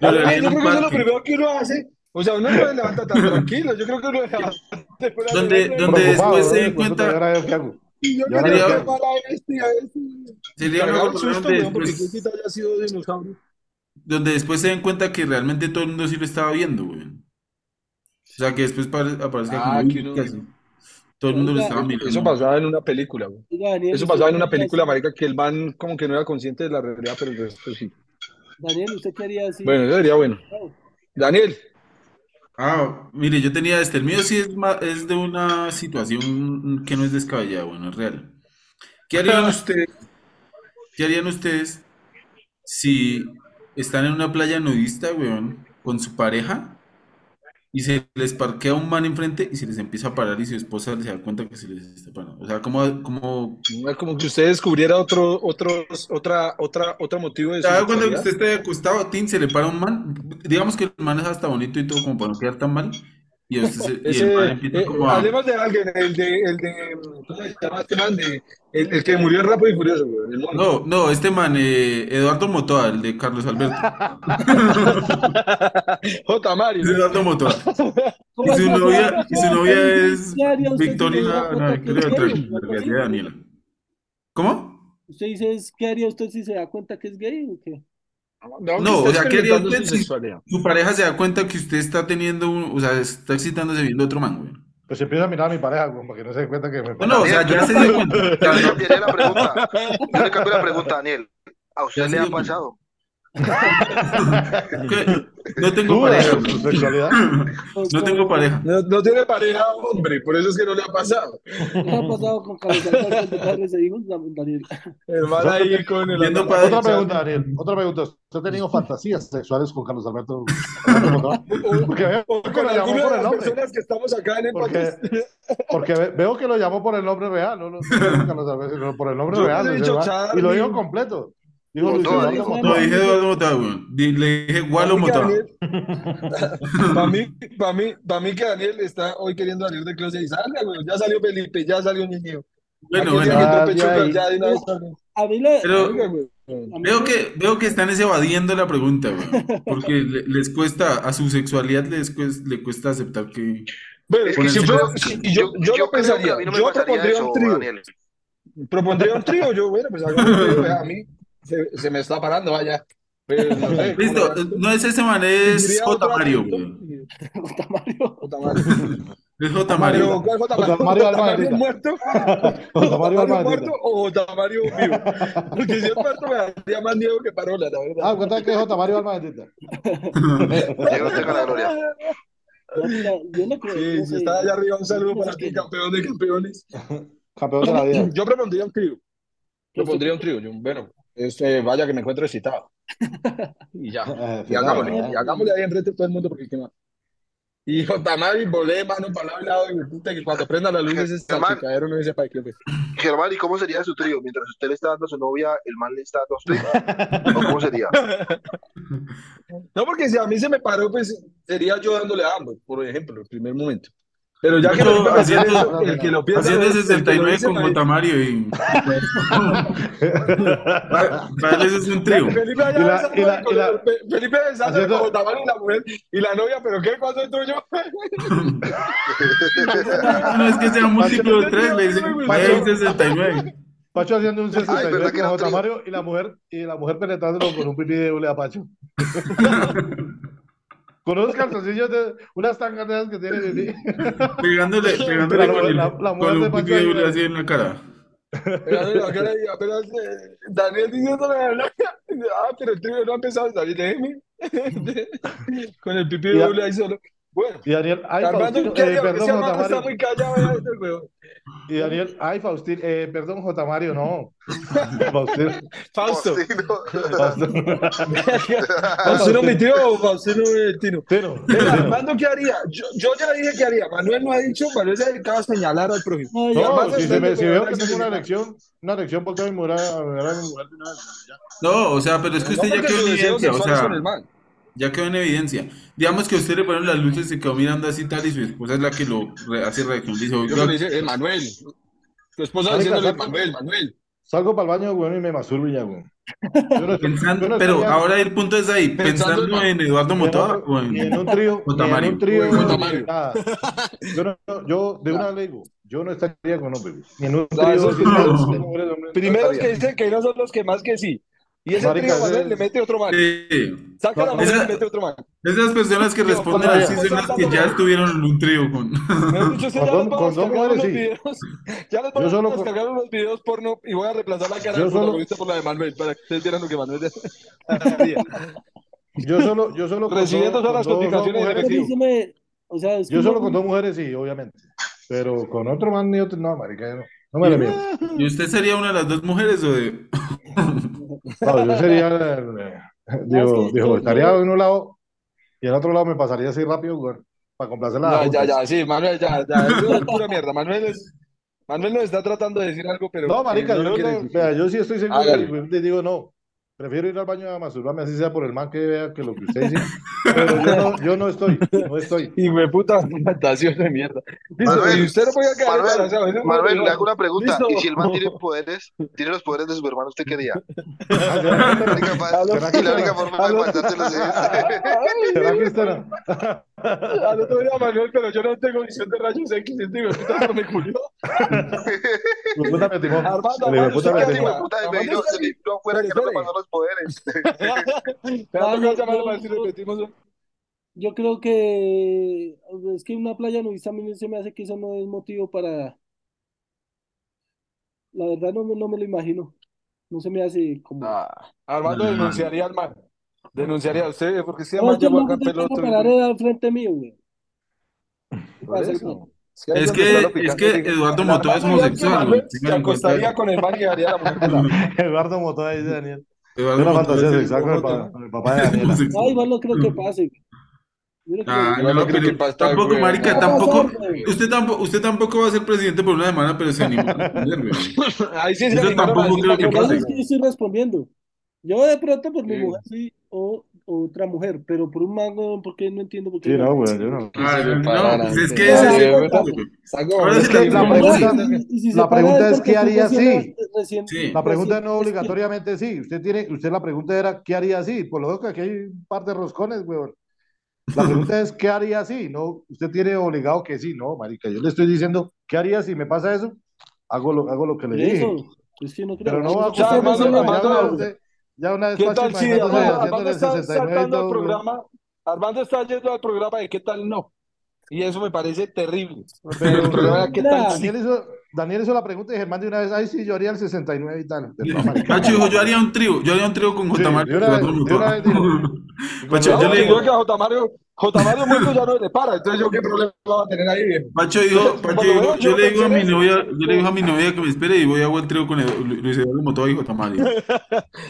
Speaker 5: lloraría
Speaker 1: Además,
Speaker 5: en
Speaker 1: yo
Speaker 5: un
Speaker 1: creo que eso es lo
Speaker 5: parque?
Speaker 1: primero que uno hace. O sea, uno no se levanta tan tranquilo. Yo creo que uno se levanta después de
Speaker 5: Donde,
Speaker 1: llorar.
Speaker 5: donde
Speaker 2: Preocupado,
Speaker 5: después se
Speaker 2: weón, pues, puta,
Speaker 5: den
Speaker 2: ¿y
Speaker 5: cuenta,
Speaker 2: ahora yo qué hago?
Speaker 1: Y yo
Speaker 2: ¿Y
Speaker 1: que este,
Speaker 2: ahora yo
Speaker 1: no,
Speaker 2: qué
Speaker 1: qué
Speaker 5: sería,
Speaker 2: hago?
Speaker 1: mala bestia es.
Speaker 5: sería
Speaker 1: Cagado el
Speaker 5: mejor poner
Speaker 1: susto,
Speaker 5: donde
Speaker 1: weón, porque quién quita
Speaker 5: después,
Speaker 1: haya sido dinosaurio.
Speaker 5: donde después se den cuenta que realmente todo el mundo sí lo estaba viendo, güey. O sea, que después pare- aparezca como,
Speaker 1: Ah, que
Speaker 5: uy,
Speaker 1: uno.
Speaker 5: casi. Todo el mundo lo
Speaker 4: Oiga,
Speaker 5: estaba mirando,
Speaker 1: Eso
Speaker 5: güey.
Speaker 1: pasaba en una película, güey.
Speaker 4: oiga, Daniel,
Speaker 1: Eso
Speaker 4: ¿usted
Speaker 1: pasaba en
Speaker 4: qué
Speaker 1: una
Speaker 4: haría
Speaker 1: película,
Speaker 4: si,
Speaker 1: marica, que el man como que no era consciente de la realidad, pero el resto sí.
Speaker 4: Daniel, ¿usted qué haría si,
Speaker 1: Bueno, eso sería bueno. Daniel,
Speaker 5: Ah, mire, yo tenía este. El mío sí es, ma- es de una situación que no es descabellada, bueno, es real. ¿Qué harían ustedes? ¿Qué harían ustedes si están en una playa nudista, weón, con su pareja y se les parquea un man enfrente y se les empieza a parar y su esposa se da cuenta que se les está parando? O sea, como, como,
Speaker 1: no es como que usted descubriera otro, otros, otra, otra, otro motivo de
Speaker 5: ¿se
Speaker 1: su
Speaker 5: da cuenta que
Speaker 1: sexualidad.
Speaker 5: usted está acostado, tin, se le para un man? Digamos que el man es hasta bonito y todo como para no quedar tan mal y, a usted se- y el
Speaker 1: Ese,
Speaker 5: man
Speaker 1: eh,
Speaker 5: empieza
Speaker 1: eh,
Speaker 5: como a...
Speaker 1: hablemos de alguien, el de, el de, ¿cómo se llama este man? De- el, el que murió en Rápido y Furioso, güey, el mono.
Speaker 5: No, no, este man, eh, Eduardo Motoa, el de Carlos Alberto.
Speaker 1: J.
Speaker 5: Es
Speaker 1: Mario.
Speaker 5: Eduardo Motoa. Y
Speaker 4: ¿Cómo
Speaker 5: su
Speaker 4: es la
Speaker 5: novia,
Speaker 4: pregunta?
Speaker 5: y su novia es
Speaker 4: ¿Qué haría usted si se diera
Speaker 5: Victoria, no,
Speaker 4: cuenta que es
Speaker 5: Victoria Beltrán,
Speaker 4: gay o algo
Speaker 5: la tía
Speaker 4: así?
Speaker 5: de Daniela. ¿Cómo?
Speaker 4: Usted dice, es, ¿qué haría usted si se da cuenta que es gay o qué?
Speaker 1: No, que
Speaker 5: No,
Speaker 1: está
Speaker 5: o sea, ¿qué haría
Speaker 1: experimentando
Speaker 5: usted
Speaker 1: su
Speaker 5: si
Speaker 1: sexualidad.
Speaker 5: su pareja se da cuenta que usted está teniendo un, o sea, está excitándose viendo otro man, güey?
Speaker 2: Pues empiezo a mirar a mi pareja, weón, para que no se dé cuenta que me
Speaker 5: No, no, o
Speaker 2: paré.
Speaker 5: sea,
Speaker 3: Daniel, yo
Speaker 5: ya
Speaker 3: le
Speaker 5: se dio
Speaker 3: cambio,
Speaker 5: cuenta, o
Speaker 3: yo
Speaker 5: sea,
Speaker 3: le
Speaker 5: no,
Speaker 3: cambiaré la pregunta. Yo le cambio la pregunta, Daniel. ¿A
Speaker 5: ya
Speaker 3: usted
Speaker 5: se
Speaker 3: le ha
Speaker 5: dio cuenta.
Speaker 3: pasado?
Speaker 5: ¿Qué? No tengo
Speaker 2: ¿Duda
Speaker 5: pareja,
Speaker 2: de su
Speaker 5: güey.
Speaker 2: sexualidad?
Speaker 4: Con-
Speaker 5: No tengo
Speaker 4: con-
Speaker 5: pareja.
Speaker 1: No, no tiene pareja, hombre, por eso es que no le ha pasado.
Speaker 4: ¿Qué ha pasado con Carlos Alberto, el de padres e hijos, Dan- Daniel?
Speaker 1: El man
Speaker 2: Otra,
Speaker 1: ahí con el
Speaker 5: Viendo
Speaker 1: análisis
Speaker 5: padre,
Speaker 2: otra
Speaker 1: sexual.
Speaker 2: pregunta, Daniel. Otra pregunta. ¿Usted ha tenido fantasías sexuales con Carlos Alberto? Alberto Motoa?
Speaker 1: O, o-
Speaker 2: Porque veo
Speaker 1: o
Speaker 2: que
Speaker 1: con
Speaker 2: lo llamó
Speaker 1: alguna de
Speaker 2: por el
Speaker 1: las
Speaker 2: nombre.
Speaker 1: personas que estamos acá en el podcast.
Speaker 2: Porque, porque ve- veo que lo llamó por el nombre real. No, no, no fue por Carlos Alberto, sino por el nombre
Speaker 1: Yo
Speaker 2: real.
Speaker 1: hubiese
Speaker 2: de ese
Speaker 1: dicho
Speaker 2: man. Y lo dijo
Speaker 1: Charlie.
Speaker 2: completo. Dijo Luis
Speaker 3: Motoa,
Speaker 4: Charlie
Speaker 2: Eduardo
Speaker 4: es
Speaker 3: dijo.
Speaker 4: una
Speaker 5: no,
Speaker 2: Motoa.
Speaker 4: mujer.
Speaker 5: dije Eduardo Motoa, güey. Di- Le dije
Speaker 1: Para
Speaker 5: Gualo
Speaker 1: mí que
Speaker 5: Motoa.
Speaker 1: Daniel, para mí, para mí, para mí que Daniel está hoy queriendo salir del closet y salga, güey. Ya salió Felipe, ya salió Niño.
Speaker 5: Bueno,
Speaker 1: Aquel día
Speaker 5: bueno.
Speaker 1: que tope
Speaker 2: Nadie
Speaker 1: pechuga,
Speaker 2: ahí.
Speaker 1: ya de una vez salga.
Speaker 4: A mí la,
Speaker 5: Pero
Speaker 1: Salga, güey.
Speaker 4: a mí
Speaker 5: Veo
Speaker 4: me,
Speaker 5: que, veo que están es evadiendo la pregunta, weón. Porque le- les cuesta, a su sexualidad les cuesta, le cuesta aceptar que
Speaker 1: Bueno,
Speaker 3: Es que
Speaker 1: si
Speaker 5: ponerse
Speaker 3: yo
Speaker 1: fuera,
Speaker 3: creo,
Speaker 5: más.
Speaker 1: si-
Speaker 5: eh,
Speaker 1: y yo,
Speaker 3: yo,
Speaker 1: yo lo
Speaker 3: yo creo que a
Speaker 1: pensaría,
Speaker 3: mí no me
Speaker 1: yo
Speaker 3: pasaría
Speaker 1: propondría un
Speaker 3: eso,
Speaker 1: trío.
Speaker 3: Daniel.
Speaker 1: propondría un trío, yo, bueno, pues hago un trío, a mí se, se me está parando, vaya. Pues, no sé,
Speaker 5: Listo,
Speaker 1: como-
Speaker 5: no es ese man, es
Speaker 1: diría
Speaker 5: J.
Speaker 1: otro
Speaker 5: Mario,
Speaker 1: adjunto,
Speaker 5: güey.
Speaker 1: y-
Speaker 4: Puta, Mario.
Speaker 1: J. Mario.
Speaker 5: Es J.
Speaker 1: Mario,
Speaker 5: Mario.
Speaker 1: ¿cuál J. Mario?
Speaker 2: J.
Speaker 1: ¿J.
Speaker 2: Mario
Speaker 1: Mario
Speaker 2: Alvarez.
Speaker 1: muerto?
Speaker 2: J. Mario Alvarez.
Speaker 1: muerto o J. Mario vivo? Porque si es muerto me daría más miedo que parola, la verdad.
Speaker 2: Ah, cuenta que es J. Mario Alma bendita.
Speaker 3: Llegó usted con la gloria.
Speaker 4: Ya, mira, yo no creo- no
Speaker 1: Sí, si
Speaker 4: sé.
Speaker 1: está allá arriba, un saludo
Speaker 4: No
Speaker 1: para
Speaker 4: sé
Speaker 1: ti,
Speaker 4: qué-
Speaker 1: campeón de campeones.
Speaker 2: Campeón de la vida.
Speaker 1: Yo propondría un trío.
Speaker 4: qué-
Speaker 1: Propondría un trío. Ah, Yo, bueno, este, vaya que me encuentro excitado. Y ya.
Speaker 2: Eh,
Speaker 1: Y
Speaker 2: claro,
Speaker 1: hagámosle,
Speaker 2: ¿verdad?
Speaker 1: y hagámosle ahí enfrente de todo el mundo porque qué más. Y J. Mario, volé mano para lado y lado, y puta, que cuando prenda la luz ese
Speaker 3: Germán.
Speaker 1: salpicadero no dice para qué. pues.
Speaker 3: Germán, ¿y cómo sería su trío? Mientras usted le está dando a su novia, el man le está dando a usted. ¿O cómo sería?
Speaker 1: No, porque si a mí se me paró, pues sería yo dándole a ambos, por ejemplo, el primer momento. Pero ya que
Speaker 5: Yo
Speaker 1: me toca hacer
Speaker 5: haciendo-
Speaker 1: eso, el que lo piensa,
Speaker 5: Haciendo
Speaker 1: el que lo
Speaker 5: 69
Speaker 1: dice,
Speaker 5: con
Speaker 1: Mario.
Speaker 5: J. Mario y. Para para él ese es un trío.
Speaker 1: Felipe allá
Speaker 2: Y la-
Speaker 1: besando
Speaker 2: y la-
Speaker 1: con
Speaker 2: y la-
Speaker 1: el- Fe- Felipe besando
Speaker 2: haciendo-
Speaker 1: con Tamal y la mujer y la novia, pero qué cuando entro yo.
Speaker 5: Ah, No es que sea múltiplo de 3, le dicen
Speaker 1: Pacho.
Speaker 5: vaya, hay 69.
Speaker 2: Pacho haciendo un
Speaker 3: Ay, ¿verdad
Speaker 2: 69
Speaker 3: que
Speaker 2: con
Speaker 3: era
Speaker 2: J.
Speaker 3: trío?
Speaker 2: Mario y la mujer, y la mujer penetrándolo con un pipí de hule a Pacho. con unos calzoncillos de unas tangas de esas que tiene pipí.
Speaker 5: Pegándole, pegándole
Speaker 2: Pero la-
Speaker 5: con, el,
Speaker 2: la- la
Speaker 5: con
Speaker 2: mujer de
Speaker 5: un
Speaker 2: Pacho
Speaker 5: pipi de
Speaker 2: ahí,
Speaker 5: hule
Speaker 2: güey.
Speaker 5: así en la cara.
Speaker 1: Apenas- apenas, eh, Daniel diciéndole a la novia, ah, pero el trío no ha empezado, David, déjeme. Con el pipi
Speaker 2: Ya.
Speaker 1: doble ahí solo. Bueno,
Speaker 2: Y Daniel, ay,
Speaker 1: Armando,
Speaker 2: Faustino,
Speaker 1: ¿qué
Speaker 2: eh,
Speaker 1: haría? Porque
Speaker 2: perdón,
Speaker 1: ese
Speaker 2: J.
Speaker 1: hermano está
Speaker 2: Mario.
Speaker 1: muy callado, ya, este huevón.
Speaker 2: Y Daniel, ay, Faustino, eh, perdón, J. Mario, no. Faustino.
Speaker 1: Fausto.
Speaker 3: Faustino.
Speaker 2: Faustino.
Speaker 1: ¿Faustino mi tío o Faustino el tino?
Speaker 2: Tino.
Speaker 1: Venga, Armando, ¿qué haría? Yo, yo ya dije qué haría. Manuel no ha dicho, Manuel se ha dedicado a señalar al prójimo.
Speaker 4: Ay,
Speaker 1: Y
Speaker 2: No,
Speaker 1: además
Speaker 2: si,
Speaker 1: está
Speaker 2: se me-
Speaker 1: el
Speaker 2: si
Speaker 1: de-
Speaker 2: veo que tengo una elección, una elección, porque me muera a ver a mi mujer de una vez. Ya.
Speaker 5: No, o sea, pero es que
Speaker 1: No
Speaker 5: usted ya
Speaker 1: porque
Speaker 5: quedó
Speaker 1: sus
Speaker 5: en
Speaker 1: deseos
Speaker 5: evidencia, o
Speaker 1: sexuales
Speaker 5: sea,
Speaker 1: con el man.
Speaker 5: ya quedó en evidencia. Digamos que a usted le ponen las luces y se quedó mirando así tal y su esposa es la que lo re- hace reacción. Dice,
Speaker 1: Yo que
Speaker 5: oiga,
Speaker 1: le dice, eh, Manuel. Tu esposa
Speaker 2: Marica,
Speaker 1: diciéndole,
Speaker 2: ¿sabes?
Speaker 1: Manuel, Manuel.
Speaker 2: Salgo para el baño, weón, y me masturbo y ya, weón. Yo no- yo
Speaker 5: pensando,
Speaker 2: no
Speaker 5: pero
Speaker 2: estaría
Speaker 5: ahora el punto es ahí,
Speaker 1: Pensando en-
Speaker 5: pensando en Eduardo
Speaker 2: ni en
Speaker 5: Motoa
Speaker 2: otro-
Speaker 5: o
Speaker 2: ni en
Speaker 5: en...
Speaker 2: un trío,
Speaker 5: J.
Speaker 2: ni en
Speaker 5: Mario.
Speaker 2: un trío,
Speaker 1: J.
Speaker 2: ni en
Speaker 1: Mario.
Speaker 2: nada. Yo, no- yo de una ley, weón, yo no estaría con hombre, weón. ni en un
Speaker 1: No,
Speaker 2: trío.
Speaker 1: eso
Speaker 2: si
Speaker 1: es-
Speaker 2: no,
Speaker 5: no.
Speaker 2: si no, hombre, hombre, no
Speaker 1: Primeros que
Speaker 2: estaría.
Speaker 1: dicen que no son los que más que sí. Y ese
Speaker 2: Marica,
Speaker 1: trío,
Speaker 2: ese
Speaker 1: Manuel,
Speaker 2: es-
Speaker 1: le mete otro man.
Speaker 5: Sí.
Speaker 1: Saca a la mujer y
Speaker 5: Esa-
Speaker 1: le mete otro man.
Speaker 5: Esas personas que responden
Speaker 2: ¿cómo
Speaker 5: así
Speaker 1: era?
Speaker 5: son las que ya estuvieron en un trío con...
Speaker 1: Mejor dicho, sí,
Speaker 2: Con
Speaker 1: ya
Speaker 2: dos-
Speaker 1: les voy a
Speaker 2: con dos
Speaker 1: descargar
Speaker 2: mujeres,
Speaker 1: unos
Speaker 2: sí.
Speaker 1: videos. Ya les voy
Speaker 2: Yo
Speaker 1: a
Speaker 2: solo con-
Speaker 1: descargar unos videos porno y voy a reemplazar la cara
Speaker 2: Yo
Speaker 1: del
Speaker 2: solo- Ah,
Speaker 1: protagonista por la de Manuel, para que ustedes vieran lo que Manuel haría.
Speaker 2: Yo solo, yo solo con
Speaker 1: Recibiendo
Speaker 2: dos-
Speaker 1: todas
Speaker 2: con
Speaker 1: las
Speaker 2: dos- dos
Speaker 1: complicaciones del
Speaker 4: pero a
Speaker 2: mujeres,
Speaker 4: mí
Speaker 1: efectivo.
Speaker 4: se me- o sea, es
Speaker 2: Yo
Speaker 4: que
Speaker 2: solo
Speaker 4: no-
Speaker 2: con dos mujeres, sí, obviamente. Pero con otro man ni otro, no, marica, yo no, no me la miento.
Speaker 5: ¿Y usted sería una de las dos mujeres o de...?
Speaker 2: No, yo sería. el- eh, digo, digo,
Speaker 4: que yo-
Speaker 2: estaría
Speaker 4: yo-
Speaker 2: en un lado y en otro lado me pasaría así rápido, güey, para complacer la.
Speaker 1: Ya, ya, ya, sí, Manuel, ya, ya, eso es pura mierda. Manuel es, Manuel nos está tratando de decir algo, pero
Speaker 2: No, marica,
Speaker 1: eh, no
Speaker 2: yo,
Speaker 1: lo quiere
Speaker 2: no-
Speaker 1: decir.
Speaker 2: vea, yo sí estoy seguro
Speaker 1: Hágale.
Speaker 2: y pues, te digo, no. Prefiero ir al baño a masturbarme, así sea por el man que vea que lo que usted dice. Pero yo no, yo no estoy, no estoy.
Speaker 1: Y me puta fantasía de mierda. Listo,
Speaker 3: Manuel,
Speaker 1: y usted no puede caer
Speaker 3: Manuel,
Speaker 1: embarazado, eso es muy
Speaker 3: Manuel,
Speaker 1: bueno.
Speaker 3: le hago una pregunta.
Speaker 1: Listo.
Speaker 3: ¿Y si el man tiene poderes, tiene los poderes de su hermano, usted quería?
Speaker 2: Ah, ¿Será
Speaker 3: La única
Speaker 1: A los-
Speaker 2: ¿Será que
Speaker 3: fa- y la única forma
Speaker 1: a
Speaker 3: de
Speaker 1: los-
Speaker 3: pasárselos es...
Speaker 2: será que usted no?
Speaker 1: Al otro día, Manuel, pero yo no tengo visión de rayos X, este hijo de puta se me culió.
Speaker 2: Mi puta me timó.
Speaker 1: Armando,
Speaker 2: El hijo de
Speaker 1: Armando,
Speaker 2: puta
Speaker 1: ¿usted
Speaker 2: me
Speaker 1: qué
Speaker 2: timó.
Speaker 1: haría?
Speaker 3: puta Este de
Speaker 1: Armando,
Speaker 3: Medellín, se limpió afuera que no le pasó los poderes.
Speaker 1: Me va a tocar llamarle para ver si repetimos.
Speaker 4: yo creo que es que una playa nudista a mí se me hace que eso no es motivo para. La verdad no, me- no me lo imagino. No se me hace como.
Speaker 1: Ah, Armando
Speaker 5: Al man.
Speaker 1: denunciaría al man. Denunciaría a usted, porque si
Speaker 4: No,
Speaker 1: además
Speaker 4: yo
Speaker 1: llegó
Speaker 4: no
Speaker 1: acá
Speaker 4: tengo
Speaker 1: peloto.
Speaker 4: la pared al frente mío, güey.
Speaker 1: Por
Speaker 4: Pasa,
Speaker 1: eso.
Speaker 4: güey.
Speaker 1: ahí
Speaker 5: Es
Speaker 1: donde
Speaker 5: que,
Speaker 1: está lo
Speaker 5: es
Speaker 1: picante,
Speaker 5: que
Speaker 1: diga.
Speaker 5: Eduardo
Speaker 1: El
Speaker 5: Motoa
Speaker 1: Armando ya
Speaker 5: es
Speaker 1: que
Speaker 5: homosexual, güey.
Speaker 1: Manuel
Speaker 5: Tengan
Speaker 1: Se
Speaker 5: en cuenta
Speaker 1: acostaría
Speaker 5: eso.
Speaker 1: con el man y daría la mujer pelada.
Speaker 2: Eduardo Motoa dice Daniel. Es
Speaker 5: Eduardo
Speaker 2: una
Speaker 5: Motoa
Speaker 2: fantasía
Speaker 5: es
Speaker 2: sexual con el, pa- con el papá de Daniela.
Speaker 4: No,
Speaker 5: homosexual.
Speaker 4: igual no creo que pase, güey. Yo no creo
Speaker 5: Ah,
Speaker 4: que-
Speaker 1: Yo no
Speaker 5: no,
Speaker 1: creo que
Speaker 5: pero
Speaker 1: pase,
Speaker 5: tampoco,
Speaker 1: güey.
Speaker 5: marica,
Speaker 1: No.
Speaker 5: tampoco.
Speaker 4: güey.
Speaker 5: Usted tampoco, usted tampoco va a ser presidente por una semana, pero se animó a responder, güey.
Speaker 1: Ahí sí se
Speaker 5: Eso
Speaker 1: animaron a
Speaker 5: tampoco
Speaker 1: decir
Speaker 5: creo que
Speaker 1: marica,
Speaker 4: Por eso
Speaker 5: pase.
Speaker 4: es que yo estoy respondiendo. Yo de pronto por mi
Speaker 1: Sí.
Speaker 4: mujer sí, o o otra mujer, pero por un mango, porque no entiendo por qué
Speaker 2: Sí,
Speaker 4: no.
Speaker 2: no, güey, yo no.
Speaker 5: Ah,
Speaker 1: sirve para
Speaker 5: no, pues es
Speaker 1: nada.
Speaker 5: que ese es
Speaker 4: Ah,
Speaker 5: el
Speaker 4: sí,
Speaker 5: punto, güey.
Speaker 1: Saco,
Speaker 5: Ahora
Speaker 2: Es
Speaker 5: sí la
Speaker 2: que la
Speaker 5: tenemos.
Speaker 2: pregunta,
Speaker 4: Y si se
Speaker 2: la
Speaker 4: para
Speaker 2: pregunta es
Speaker 4: porque
Speaker 2: ¿qué
Speaker 4: tú
Speaker 2: haría
Speaker 4: recién-
Speaker 2: sí?
Speaker 4: recién-
Speaker 5: Sí.
Speaker 2: La pregunta no
Speaker 4: recién-
Speaker 2: obligatoriamente sí. Usted tiene, usted la pregunta era ¿qué haría así? Por lo que aquí hay un par de roscones, weón. La pregunta es ¿qué haría así? No, usted tiene obligado que sí, no, marica. Yo le estoy diciendo ¿qué haría si me pasa eso? hago lo, hago lo que le
Speaker 4: Por
Speaker 2: dije.
Speaker 4: eso, es que no creo.
Speaker 2: Pero no va a
Speaker 1: Escucha,
Speaker 2: acostarme
Speaker 1: además,
Speaker 2: a
Speaker 1: no me
Speaker 2: trabajar,
Speaker 1: mandó
Speaker 2: ya
Speaker 1: algo.
Speaker 2: una vez- ya una vez
Speaker 1: ¿Qué
Speaker 2: Pacho,
Speaker 1: tal si
Speaker 2: imaginándose
Speaker 1: Armando,
Speaker 2: haciéndole
Speaker 1: Armando
Speaker 2: el
Speaker 1: está
Speaker 2: 69 y
Speaker 1: saltando al
Speaker 2: todo, güey.
Speaker 1: programa? Armando está yendo al programa de ¿Qué tal no? Y eso me parece terrible. Pero el
Speaker 2: Pero-
Speaker 1: programa era ¿Qué
Speaker 4: Nah.
Speaker 1: tal sí?
Speaker 2: Daniel hizo, Daniel hizo la pregunta y Germán de una vez, ay, sí, yo haría el 69 y tal. Pero no, marica.
Speaker 5: Pacho dijo, yo haría un trío, yo haría un trío con
Speaker 2: Sí,
Speaker 5: J. Mario.
Speaker 2: de una vez- de una vez dijo.
Speaker 5: Pacho,
Speaker 1: No,
Speaker 5: yo le
Speaker 1: porque
Speaker 5: digo,
Speaker 1: yo que a J. Mario, J. Mario mucho ya no le para, entonces yo qué problema va a tener ahí, viejo.
Speaker 5: Pacho dijo, Pacho
Speaker 1: Cuando
Speaker 5: dijo,
Speaker 1: veo
Speaker 5: yo
Speaker 1: yo
Speaker 5: le digo a mi
Speaker 1: canciones-
Speaker 5: novia, yo le digo a mi novia que me espere y voy a hago el trío con Edu- Lu- Luis Eduardo Motoa y J. Mario.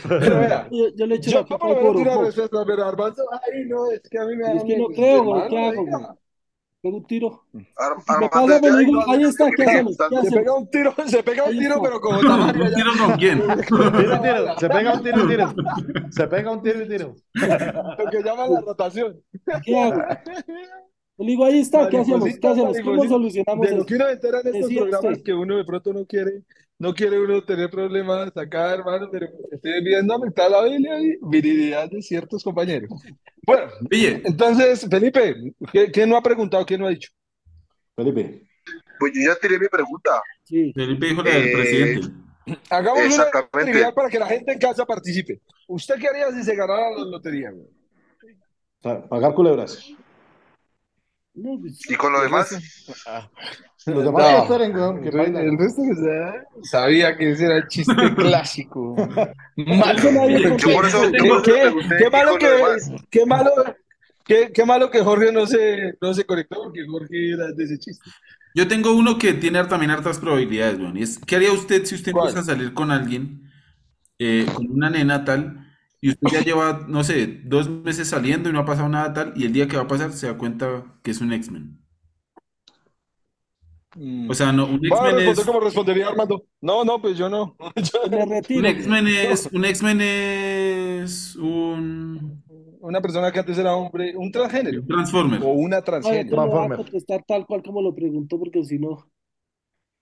Speaker 1: Pero vea,
Speaker 4: Yo, yo le echo la
Speaker 1: yo
Speaker 4: culpa
Speaker 1: por lo
Speaker 4: al
Speaker 1: menos
Speaker 4: coro,
Speaker 1: di una
Speaker 4: jo.
Speaker 1: respuesta, pero Armando, ay no, es que a mí me
Speaker 4: Es
Speaker 1: da
Speaker 4: que no
Speaker 1: miedo.
Speaker 4: creo, güey,
Speaker 1: Hermano,
Speaker 4: ¿qué hago,
Speaker 1: venga.
Speaker 4: güey? Pego un tiro.
Speaker 3: Ar-
Speaker 4: Me
Speaker 3: Armando
Speaker 4: pasa,
Speaker 3: ya
Speaker 4: me digo,
Speaker 3: igual,
Speaker 4: ahí está, ¿qué
Speaker 3: que
Speaker 4: hacemos?
Speaker 3: está-
Speaker 4: ¿Qué
Speaker 1: Se pega
Speaker 4: hacemos?
Speaker 1: un tiro, se pega un
Speaker 4: Ahí
Speaker 1: tiro,
Speaker 4: está.
Speaker 1: pero con J. Mario
Speaker 5: ¿Un
Speaker 1: ya.
Speaker 5: tiro con quién?
Speaker 2: Tiro, tiro, se pega un tiro y tiro. Se pega un tiro y tiro.
Speaker 1: Lo que llaman la rotación.
Speaker 4: ¿Qué hago? Yo le digo, ahí está, ¿qué hacemos? ¿Qué
Speaker 1: Mariposita,
Speaker 4: hacemos? ¿Cómo
Speaker 1: mariposita.
Speaker 4: solucionamos
Speaker 1: De lo
Speaker 4: esto?
Speaker 1: que uno se entera en estos
Speaker 4: Decía
Speaker 1: programas
Speaker 4: usted.
Speaker 1: que uno de pronto no quiere, no quiere uno tener problemas acá, hermano, pero pues, estoy viendo a mitad la Biblia y virilidad de ciertos compañeros. Bueno,
Speaker 5: Oye,
Speaker 1: entonces, Felipe, ¿qué- ¿quién no ha preguntado? ¿Quién no ha dicho?
Speaker 2: Felipe.
Speaker 3: Pues yo ya tiré mi pregunta.
Speaker 4: Sí.
Speaker 5: Felipe dijo la del
Speaker 3: Eh,
Speaker 5: presidente.
Speaker 1: Hagamos una
Speaker 3: Exactamente.
Speaker 1: trivial para que la gente en casa participe. ¿Usted qué haría si se ganara la lotería? güey?
Speaker 2: pa- Pagar culebras.
Speaker 4: No, pues,
Speaker 3: Y con lo demás,
Speaker 2: Los demás
Speaker 1: No.
Speaker 2: que esperen, weón, que
Speaker 1: El,
Speaker 2: bailan.
Speaker 1: resto que sea, sabía que ese era el chiste clásico. Malo.
Speaker 4: Eso nadie
Speaker 1: ¿Qué-
Speaker 3: yo por eso, yo
Speaker 1: ¿Qué,
Speaker 3: por eso
Speaker 1: qué-
Speaker 3: pregunté,
Speaker 1: qué
Speaker 3: y
Speaker 1: malo
Speaker 3: con
Speaker 1: que,
Speaker 3: lo demás.
Speaker 1: qué malo, qué, qué malo que Jorge no se, no se conectó porque Jorge era de ese chiste.
Speaker 5: Yo tengo uno que tiene también hartas probabilidades, weón, y es, ¿qué haría usted si usted
Speaker 1: ¿Cuál?
Speaker 5: empieza a salir con alguien, eh, con una nena tal, y usted ya lleva, no sé, dos meses saliendo y no ha pasado nada tal, y el día que va a pasar se da cuenta que es un X-Men?
Speaker 1: Mm.
Speaker 5: O sea, no, un
Speaker 1: Voy a
Speaker 5: X-Men
Speaker 1: responder
Speaker 5: es,
Speaker 1: como respondería Armando. No, no, pues yo no.
Speaker 4: me
Speaker 5: un
Speaker 4: retiro. güey.
Speaker 5: X-Men es, un X-Men es un,
Speaker 1: Una persona que antes era hombre, un transgénero
Speaker 5: un Transformer.
Speaker 1: o una
Speaker 4: No, yo te
Speaker 1: transgénero.
Speaker 4: lo voy a
Speaker 2: Transformer.
Speaker 4: contestar tal cual como lo preguntó, porque si no.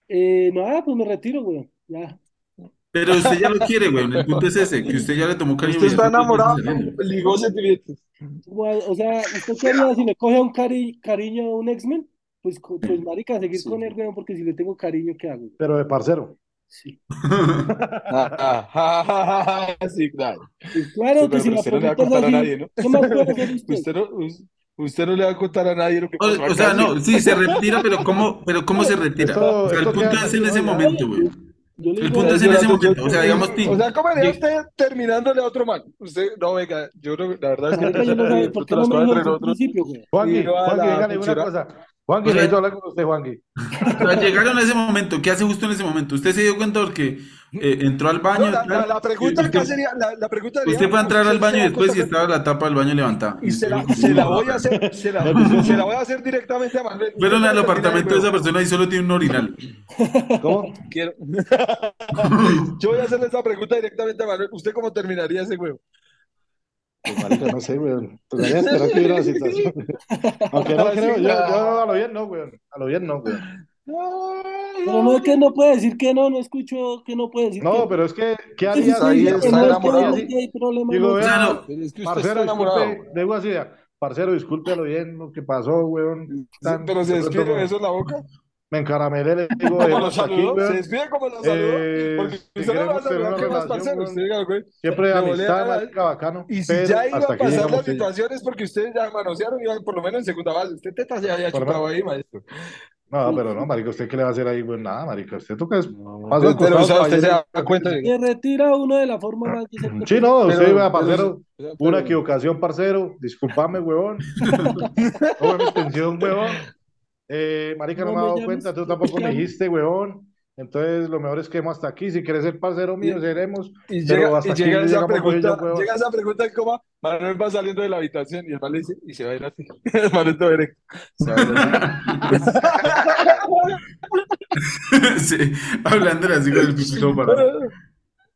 Speaker 4: Eh, nada, pues me retiro, güey. Ya.
Speaker 5: Pero usted ya lo quiere, weón, el punto es ese, que usted ya le tomó cariño
Speaker 1: Usted
Speaker 5: y ya
Speaker 1: está
Speaker 5: son dos
Speaker 1: enamorado,
Speaker 5: meses saliendo.
Speaker 1: ligó sentimientos.
Speaker 4: Como a- O sea, ¿usted qué haría si le coge un cari- cariño a un X-Men? Pues, co- pues, marica, seguir
Speaker 1: Sí.
Speaker 4: con él, güey, porque si le tengo cariño, ¿qué hago?
Speaker 2: Pero de parcero.
Speaker 4: Sí.
Speaker 1: Ah, sí, claro.
Speaker 4: Pues claro que
Speaker 1: Pero
Speaker 4: si la
Speaker 1: usted no le va a
Speaker 4: pregunta es
Speaker 1: contar a
Speaker 4: así,
Speaker 1: nadie, ¿no?
Speaker 4: ¿qué más puede hacer usted?
Speaker 1: Usted no, us- usted no le va a contar a nadie lo que
Speaker 5: O,
Speaker 1: pasó
Speaker 5: o
Speaker 1: acá,
Speaker 5: sea,
Speaker 1: ¿sí?
Speaker 5: no, sí, se retira, pero ¿cómo, pero cómo se retira?
Speaker 2: Esto-
Speaker 5: O sea, el
Speaker 2: esto
Speaker 5: punto
Speaker 2: queda
Speaker 5: es en ese
Speaker 2: así, ¿no?
Speaker 5: momento, güey.
Speaker 4: Yo le
Speaker 5: El
Speaker 4: digo,
Speaker 5: punto es en ese momento. O sea, digamos,
Speaker 1: O
Speaker 5: Tim,
Speaker 1: sea, ¿cómo haría
Speaker 5: yo-
Speaker 1: usted terminándole a otro man? Usted, no, venga, yo no, la verdad es que
Speaker 4: marica, yo no sé, pues, ¿por qué no me dijo desde el principio, güey?
Speaker 2: Juanqui,
Speaker 1: Y va
Speaker 2: Juanqui,
Speaker 1: la
Speaker 2: dígale una
Speaker 1: puchera.
Speaker 2: cosa. Juanqui,
Speaker 5: O sea,
Speaker 2: necesito hablar con usted, Juanqui.
Speaker 5: o sea, llegaron a ese momento. ¿Qué hace justo en ese momento? Usted se dio cuenta porque eh, entró al
Speaker 1: No,
Speaker 5: baño,
Speaker 1: la, la-
Speaker 5: tal,
Speaker 1: la
Speaker 5: y
Speaker 1: pregunta acá
Speaker 5: usted,
Speaker 1: sería, la, la pregunta sería,
Speaker 5: usted fue a entrar al
Speaker 1: ¿usted se
Speaker 5: baño y
Speaker 1: da
Speaker 5: después
Speaker 1: cuenta
Speaker 5: si
Speaker 1: que-
Speaker 5: estaba la tapa del baño levantada. Y
Speaker 1: y se
Speaker 5: usted
Speaker 1: la,
Speaker 5: dijo,
Speaker 1: se la
Speaker 5: "Uy,
Speaker 1: voy a
Speaker 5: madre".
Speaker 1: hacer, se la, se la voy a hacer directamente a Manuel. Usted
Speaker 5: Fueron
Speaker 1: no
Speaker 5: al
Speaker 1: le termina de
Speaker 5: apartamento de esa
Speaker 1: huevo.
Speaker 5: persona y solo tiene un orinal.
Speaker 2: ¿Cómo?
Speaker 1: Quiero. Yo voy a hacerle esa pregunta directamente a Manuel. ¿Usted cómo terminaría ese huevo?
Speaker 2: Pues, marica, no sé, weón. Tocaría esperar que hubiera la situación. Aunque no
Speaker 1: Así,
Speaker 2: creo, yo,
Speaker 1: claro.
Speaker 2: yo a lo bien no, weón. A lo bien no, weón.
Speaker 4: Pero no es que no puede decir que no, no escucho que no puede decir que
Speaker 2: No, pero es que, ¿qué
Speaker 4: Sí, sí,
Speaker 2: harías?
Speaker 4: sí,
Speaker 1: Ahí
Speaker 4: dice
Speaker 2: Yo
Speaker 4: que
Speaker 1: está
Speaker 4: no, es que
Speaker 1: enamorado.
Speaker 4: dice que hay problema,
Speaker 2: Digo,
Speaker 4: no.
Speaker 5: O sea, no,
Speaker 2: vea,
Speaker 1: Pero es que usted está
Speaker 2: parcero,
Speaker 1: enamorado.
Speaker 2: disculpe, debo así, vea, parcero, disculpe a lo bien lo que pasó, weón. Tan,
Speaker 1: Pero se
Speaker 2: de pronto
Speaker 1: despide
Speaker 2: me,
Speaker 1: de eso en la boca.
Speaker 2: me encaramelé, le digo,
Speaker 1: Como lo
Speaker 2: dejemos hasta aquí,
Speaker 1: saludó, se
Speaker 2: weón.
Speaker 1: despide como lo saludó.
Speaker 2: Eh,
Speaker 1: Porque
Speaker 2: si
Speaker 1: usted no lo va a
Speaker 2: queremos tener
Speaker 1: saludar,
Speaker 2: una
Speaker 1: ¿qué más,
Speaker 2: relación,
Speaker 1: parcero? Usted
Speaker 2: weón,
Speaker 1: diga, güey,
Speaker 2: siempre
Speaker 1: de
Speaker 2: amistad,
Speaker 1: volea. ¿eh?
Speaker 2: marica, bacano,
Speaker 1: Y si
Speaker 2: pero
Speaker 1: ya iba
Speaker 2: hasta
Speaker 1: a
Speaker 2: aquí
Speaker 1: pasar
Speaker 2: llegamos
Speaker 1: las
Speaker 2: que ya.
Speaker 1: situaciones porque ustedes ya manosearon, iban por lo menos en segunda base. Usted teta se había
Speaker 2: Por lo
Speaker 1: chupado
Speaker 2: menos-
Speaker 1: ahí, maestro.
Speaker 2: No, pero no, marica, ¿usted qué le va a hacer ahí, weón? Nada, marica, usted toca es paso
Speaker 1: Pero,
Speaker 2: al
Speaker 1: pero, o
Speaker 2: costado
Speaker 1: sea,
Speaker 2: para
Speaker 1: usted se
Speaker 2: allá.
Speaker 1: da cuenta. de-
Speaker 4: Se retira uno de la forma más decente
Speaker 2: Sí, no, usted
Speaker 1: Pero,
Speaker 2: vea,
Speaker 1: pero,
Speaker 2: parcero, una equivocación, parcero, discúlpame, huevón. No fue mi intención, huevón. Eh, marica, no me
Speaker 4: No
Speaker 2: he
Speaker 4: me
Speaker 2: dado
Speaker 4: llames,
Speaker 2: cuenta, tú
Speaker 4: no
Speaker 2: tampoco
Speaker 4: me
Speaker 2: me
Speaker 4: llames.
Speaker 2: dijiste, huevón. Entonces, lo mejor es que hasta aquí. Si quieres ser parcero mío,
Speaker 1: Y-
Speaker 2: seremos.
Speaker 1: Y
Speaker 2: Pero
Speaker 1: llega,
Speaker 2: hasta
Speaker 1: y
Speaker 2: aquí
Speaker 1: llega esa
Speaker 2: llegamos, pues, yo,
Speaker 1: pregunta,
Speaker 2: huevón.
Speaker 1: llega esa pregunta en coma, Manuel va saliendo de la habitación y el man le dice, y se va a ir así. El Manuel todo erecto. Se va a ir
Speaker 5: Sí, hablándole así con el pipito para.
Speaker 1: así.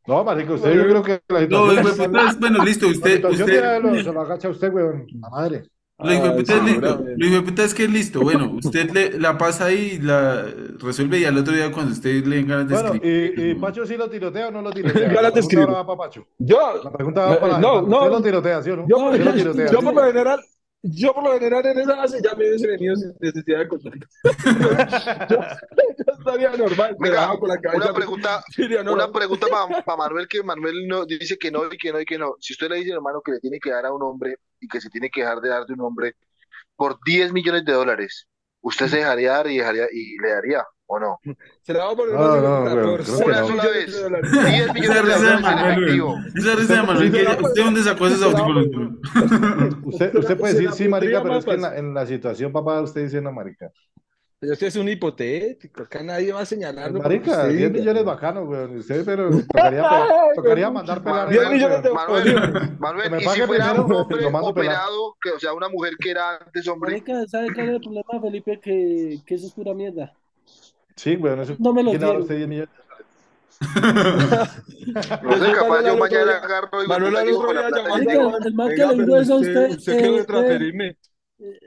Speaker 2: No, marica, usted yo creo que la
Speaker 5: No,
Speaker 2: situación
Speaker 5: hijo de
Speaker 2: está...
Speaker 5: puta, es- bueno, listo,
Speaker 2: La
Speaker 5: usted,
Speaker 2: situación
Speaker 5: usted,
Speaker 2: mira, lo- se lo agacha a usted, huevón. La madre.
Speaker 5: Lo hijo de
Speaker 1: Ay,
Speaker 5: puta es listo.
Speaker 1: seguramente.
Speaker 5: Lo hijo de puta es que es listo. Bueno, usted le, la pasa ahí y la resuelve y al otro día cuando usted le den ganas de
Speaker 2: Bueno,
Speaker 5: escribir.
Speaker 2: y, y Pacho sí lo tirotea o no lo tirotea.
Speaker 1: Yo
Speaker 2: La
Speaker 1: la te
Speaker 2: pregunta ahora
Speaker 1: escribo.
Speaker 2: va para Pacho.
Speaker 1: Yo,
Speaker 2: La pregunta va para
Speaker 1: no,
Speaker 2: Germán. Usted
Speaker 1: no,
Speaker 2: lo tirotea, ¿sí o no?
Speaker 1: yo,
Speaker 2: Usted lo tirotea.
Speaker 1: yo por lo general, Yo por lo general en esa base ya me hubiese venido sin necesidad de contar. Yo, yo estaría normal, me
Speaker 3: Venga,
Speaker 1: bajo con la cabeza.
Speaker 3: Una pregunta,
Speaker 1: diría, no,
Speaker 3: una
Speaker 1: no.
Speaker 3: pregunta para Manuel, que Manuel no, dice que no y que no y que no. Si usted le dice, hermano, que le tiene que dar a un hombre y que se tiene que dejar de dar de un hombre por 10 millones de dólares, ¿usted se dejaría dar y, dejaría, y le daría o no?
Speaker 1: Se la va a poner
Speaker 2: No,
Speaker 1: más
Speaker 2: no,
Speaker 1: segura
Speaker 2: pero
Speaker 1: por
Speaker 2: creo
Speaker 1: cien
Speaker 2: que no.
Speaker 1: millones de
Speaker 3: Una sola
Speaker 1: dólares.
Speaker 3: 10 millones
Speaker 5: Esa
Speaker 3: de
Speaker 5: risa de
Speaker 3: dólares en
Speaker 5: Manuel,
Speaker 3: efectivo.
Speaker 5: weón. Esa risa de Manuel, que ¿usted dónde sacó esos audífonos, weón?
Speaker 2: Usted, usted puede
Speaker 1: Se la
Speaker 2: decir sí, marica,
Speaker 1: pondría
Speaker 2: pero es que en
Speaker 1: más
Speaker 2: la, en la situación, papá, usted dice no, marica.
Speaker 1: Pero usted es un hipotético, acá nadie va a señalarlo porque
Speaker 2: Marica,
Speaker 1: usted diga.
Speaker 2: 10 millones bacano, weón. Usted, pero tocaría, pe-
Speaker 1: Ay,
Speaker 2: tocaría
Speaker 1: güey.
Speaker 2: mandar pelar
Speaker 1: 10
Speaker 3: 10
Speaker 1: millones de
Speaker 3: Manuel,
Speaker 1: dólares.
Speaker 2: Que me
Speaker 3: Manuel, y si
Speaker 2: pague
Speaker 3: fuera un
Speaker 2: primero,
Speaker 3: hombre
Speaker 2: lo mando pelado.
Speaker 3: operado, que, o sea, una mujer que era antes hombre,
Speaker 4: Marica, ¿sabe cuál es el problema, Felipe? Que, que eso es pura mierda.
Speaker 2: Sí, weón, eso.
Speaker 4: No me los
Speaker 2: ¿Quién ahora
Speaker 4: dieron.
Speaker 2: usted 10 millones?
Speaker 3: no sé,
Speaker 1: Manuel
Speaker 3: capaz yo
Speaker 1: al otro
Speaker 3: mañana
Speaker 1: día-
Speaker 3: agarro y me
Speaker 1: Manuel
Speaker 3: puta,
Speaker 1: al
Speaker 3: llego
Speaker 1: otro
Speaker 3: con la
Speaker 1: día
Speaker 3: plata
Speaker 1: llamando
Speaker 3: y
Speaker 1: a
Speaker 4: Marica,
Speaker 3: digo,
Speaker 1: Juan,
Speaker 4: el man que
Speaker 1: venga,
Speaker 4: le dijo
Speaker 1: pero
Speaker 4: eso a
Speaker 1: usted,
Speaker 4: usted,
Speaker 1: usted que
Speaker 4: eh,
Speaker 1: debe
Speaker 4: eh,
Speaker 1: transferirme.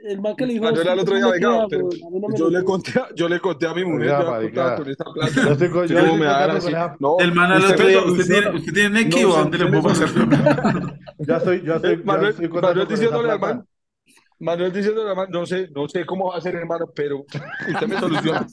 Speaker 4: el man que le dijo,
Speaker 1: Manuel al
Speaker 4: "Usted
Speaker 1: otro
Speaker 4: no
Speaker 1: día,
Speaker 4: me
Speaker 1: venga,
Speaker 4: queda,
Speaker 1: pero
Speaker 4: weón, a mí no me
Speaker 1: yo
Speaker 4: lo
Speaker 1: le
Speaker 4: dio".
Speaker 1: conté, a- yo le conté a mi mujer
Speaker 2: Oiga,
Speaker 1: que va a contar
Speaker 2: marica.
Speaker 1: con esta
Speaker 2: Yo
Speaker 1: plata.
Speaker 2: estoy, co-
Speaker 1: Usted
Speaker 2: yo
Speaker 1: cómo
Speaker 2: estoy
Speaker 1: me va a dar
Speaker 2: contando
Speaker 1: así.
Speaker 2: con esa.
Speaker 1: No,
Speaker 5: El man al
Speaker 1: usted
Speaker 5: otro,
Speaker 1: le
Speaker 5: ¿usted tiene,
Speaker 1: soluciona.
Speaker 5: usted tiene Nequi
Speaker 1: No,
Speaker 5: o
Speaker 1: usted
Speaker 5: a dónde le
Speaker 1: le
Speaker 5: puedo pasar la
Speaker 1: soluciona.
Speaker 5: plata?
Speaker 2: Ya estoy, ya
Speaker 1: Eh,
Speaker 2: estoy, ya
Speaker 1: Manuel,
Speaker 2: estoy contando
Speaker 1: Manuel
Speaker 2: con esa
Speaker 1: diciéndole al
Speaker 2: plata.
Speaker 1: man, Manuel diciéndole al man, no sé, no sé cómo va a ser, hermano, pero usted me soluciona.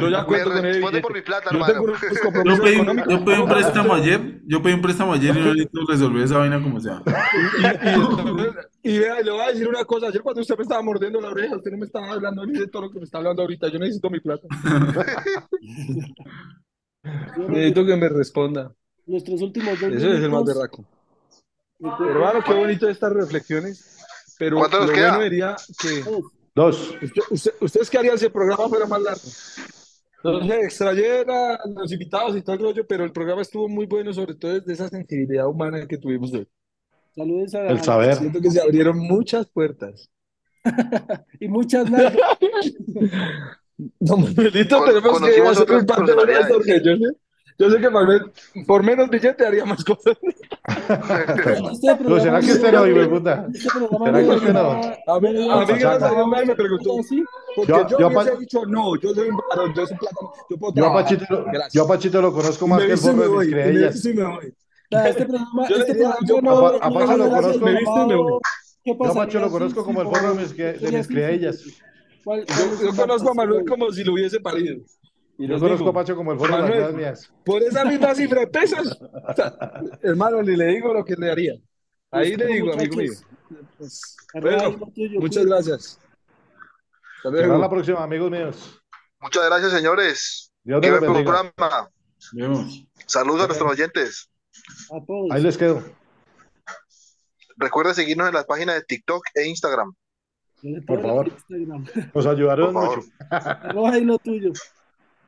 Speaker 1: Yo ya
Speaker 3: me
Speaker 1: cuento con el
Speaker 3: responde
Speaker 1: billete.
Speaker 3: por mi plata,
Speaker 1: Yo tengo
Speaker 3: hermano.
Speaker 1: unos pues,
Speaker 5: Yo
Speaker 1: compromisos
Speaker 5: pedí, yo
Speaker 1: económicos.
Speaker 5: pedí un
Speaker 1: No, pero
Speaker 5: préstamo
Speaker 1: usted-
Speaker 5: ayer, yo pedí un préstamo ayer y no necesito resolver esa vaina como sea.
Speaker 1: Y, y entonces- y vea, le voy a decir una cosa. Ayer cuando usted me estaba mordiendo la oreja, usted no me estaba hablando ni de todo lo que me está hablando ahorita. Yo necesito mi plata.
Speaker 4: Yo no-
Speaker 1: Necesito que me responda.
Speaker 4: Nuestros últimos dos
Speaker 1: Eso es el más
Speaker 4: minutos,
Speaker 1: berraco.
Speaker 4: recuerden,
Speaker 1: Hermano, qué bonito estas reflexiones. Pero
Speaker 3: ¿Cuánto
Speaker 1: lo
Speaker 3: nos queda?
Speaker 1: bueno sería que...
Speaker 4: pues,
Speaker 2: Dos.
Speaker 1: Usted- usted- ¿Ustedes qué harían si el programa fuera más largo? Entonces, extrañé a los invitados y todo el rollo, pero el programa estuvo muy bueno, sobre todo desde esa sensibilidad humana que tuvimos hoy.
Speaker 4: saludos a,
Speaker 2: El saber.
Speaker 1: Siento que se abrieron muchas puertas.
Speaker 4: y muchas gracias.
Speaker 1: Don Manuelito,
Speaker 3: Con-
Speaker 1: tenemos que
Speaker 3: conocimos
Speaker 1: hacer
Speaker 3: otras
Speaker 1: un par de horas
Speaker 3: personalidades.
Speaker 1: porque yo sé, yo sé que Manuel, por menos billete, haría más cosas.
Speaker 4: Este
Speaker 2: No,
Speaker 4: programa
Speaker 2: ¿será que
Speaker 4: no
Speaker 2: usted no,
Speaker 4: era-
Speaker 2: hijo de puta?
Speaker 4: este programa
Speaker 2: ¿Será
Speaker 4: no
Speaker 2: que
Speaker 4: era
Speaker 2: usted no?
Speaker 4: nada-
Speaker 1: A mí, a mí
Speaker 2: pachanga.
Speaker 1: gracias a Dios, nadie me preguntó,
Speaker 4: así.
Speaker 1: porque
Speaker 2: Yo-
Speaker 1: yo,
Speaker 2: yo
Speaker 1: hubiese
Speaker 2: pa-
Speaker 1: dicho, no, yo soy un varón, yo soy un plátano, yo puedo
Speaker 2: Yo a
Speaker 1: trabajar.
Speaker 2: Pachito, lo- yo
Speaker 1: Gracias.
Speaker 2: a Pachito lo conozco
Speaker 1: Y
Speaker 2: más
Speaker 1: me
Speaker 2: que el
Speaker 1: viste y
Speaker 2: forro
Speaker 1: me
Speaker 2: de mis
Speaker 1: voy, y me
Speaker 2: creídas.
Speaker 1: viste y me voy.
Speaker 4: Nah, este programa,
Speaker 1: Yo le
Speaker 4: este
Speaker 1: diría,
Speaker 4: programa
Speaker 1: yo-
Speaker 4: no,
Speaker 2: a Pa- a
Speaker 4: no
Speaker 2: Pacha lo
Speaker 4: hubiera
Speaker 2: conozco-
Speaker 1: Me viste y me voy.
Speaker 4: llamado ¿Qué
Speaker 2: Yo a
Speaker 4: pasaría
Speaker 2: Pacho lo
Speaker 4: si-
Speaker 2: conozco como el
Speaker 4: si-
Speaker 2: forro de mis, cre-
Speaker 4: si-
Speaker 2: de mis
Speaker 4: si-
Speaker 2: creídas.
Speaker 4: ¿Cuál- cuál
Speaker 1: Yo,
Speaker 4: es
Speaker 1: yo
Speaker 4: su
Speaker 1: conozco a Manuel
Speaker 4: fantasía?
Speaker 1: como si lo hubiese parido. Y
Speaker 2: Yo
Speaker 1: les
Speaker 2: conozco a
Speaker 1: digo,
Speaker 2: Pacho como el forro de las
Speaker 1: Manuel,
Speaker 2: ideas mías.
Speaker 1: por esa misma cifra de pesos, o sea, hermano, ni le digo lo que le haría. Ahí le
Speaker 4: Listo,
Speaker 1: digo, amigo mío.
Speaker 4: muchachos.
Speaker 1: Pues,
Speaker 4: Arriba
Speaker 1: bueno,
Speaker 4: lo tuyo, pues,
Speaker 1: muchas
Speaker 4: cuídate.
Speaker 1: gracias. Hasta
Speaker 2: Será la
Speaker 1: luego.
Speaker 2: próxima, amigos míos.
Speaker 3: Muchas gracias, señores.
Speaker 2: Dios
Speaker 3: Qué
Speaker 2: te los
Speaker 3: buen
Speaker 2: bendiga.
Speaker 3: programa.
Speaker 5: Vemos.
Speaker 3: Saludos a nuestros oyentes.
Speaker 4: A todos.
Speaker 2: Ahí les quedo.
Speaker 3: Recuerda seguirnos en las páginas de TikTok e Instagram.
Speaker 4: Sobre todo
Speaker 2: por
Speaker 4: en
Speaker 2: favor.
Speaker 4: Instagram.
Speaker 2: Nos
Speaker 3: Por
Speaker 2: ayudaron mucho.
Speaker 3: favor.
Speaker 4: Arroba ahí lo tuyo.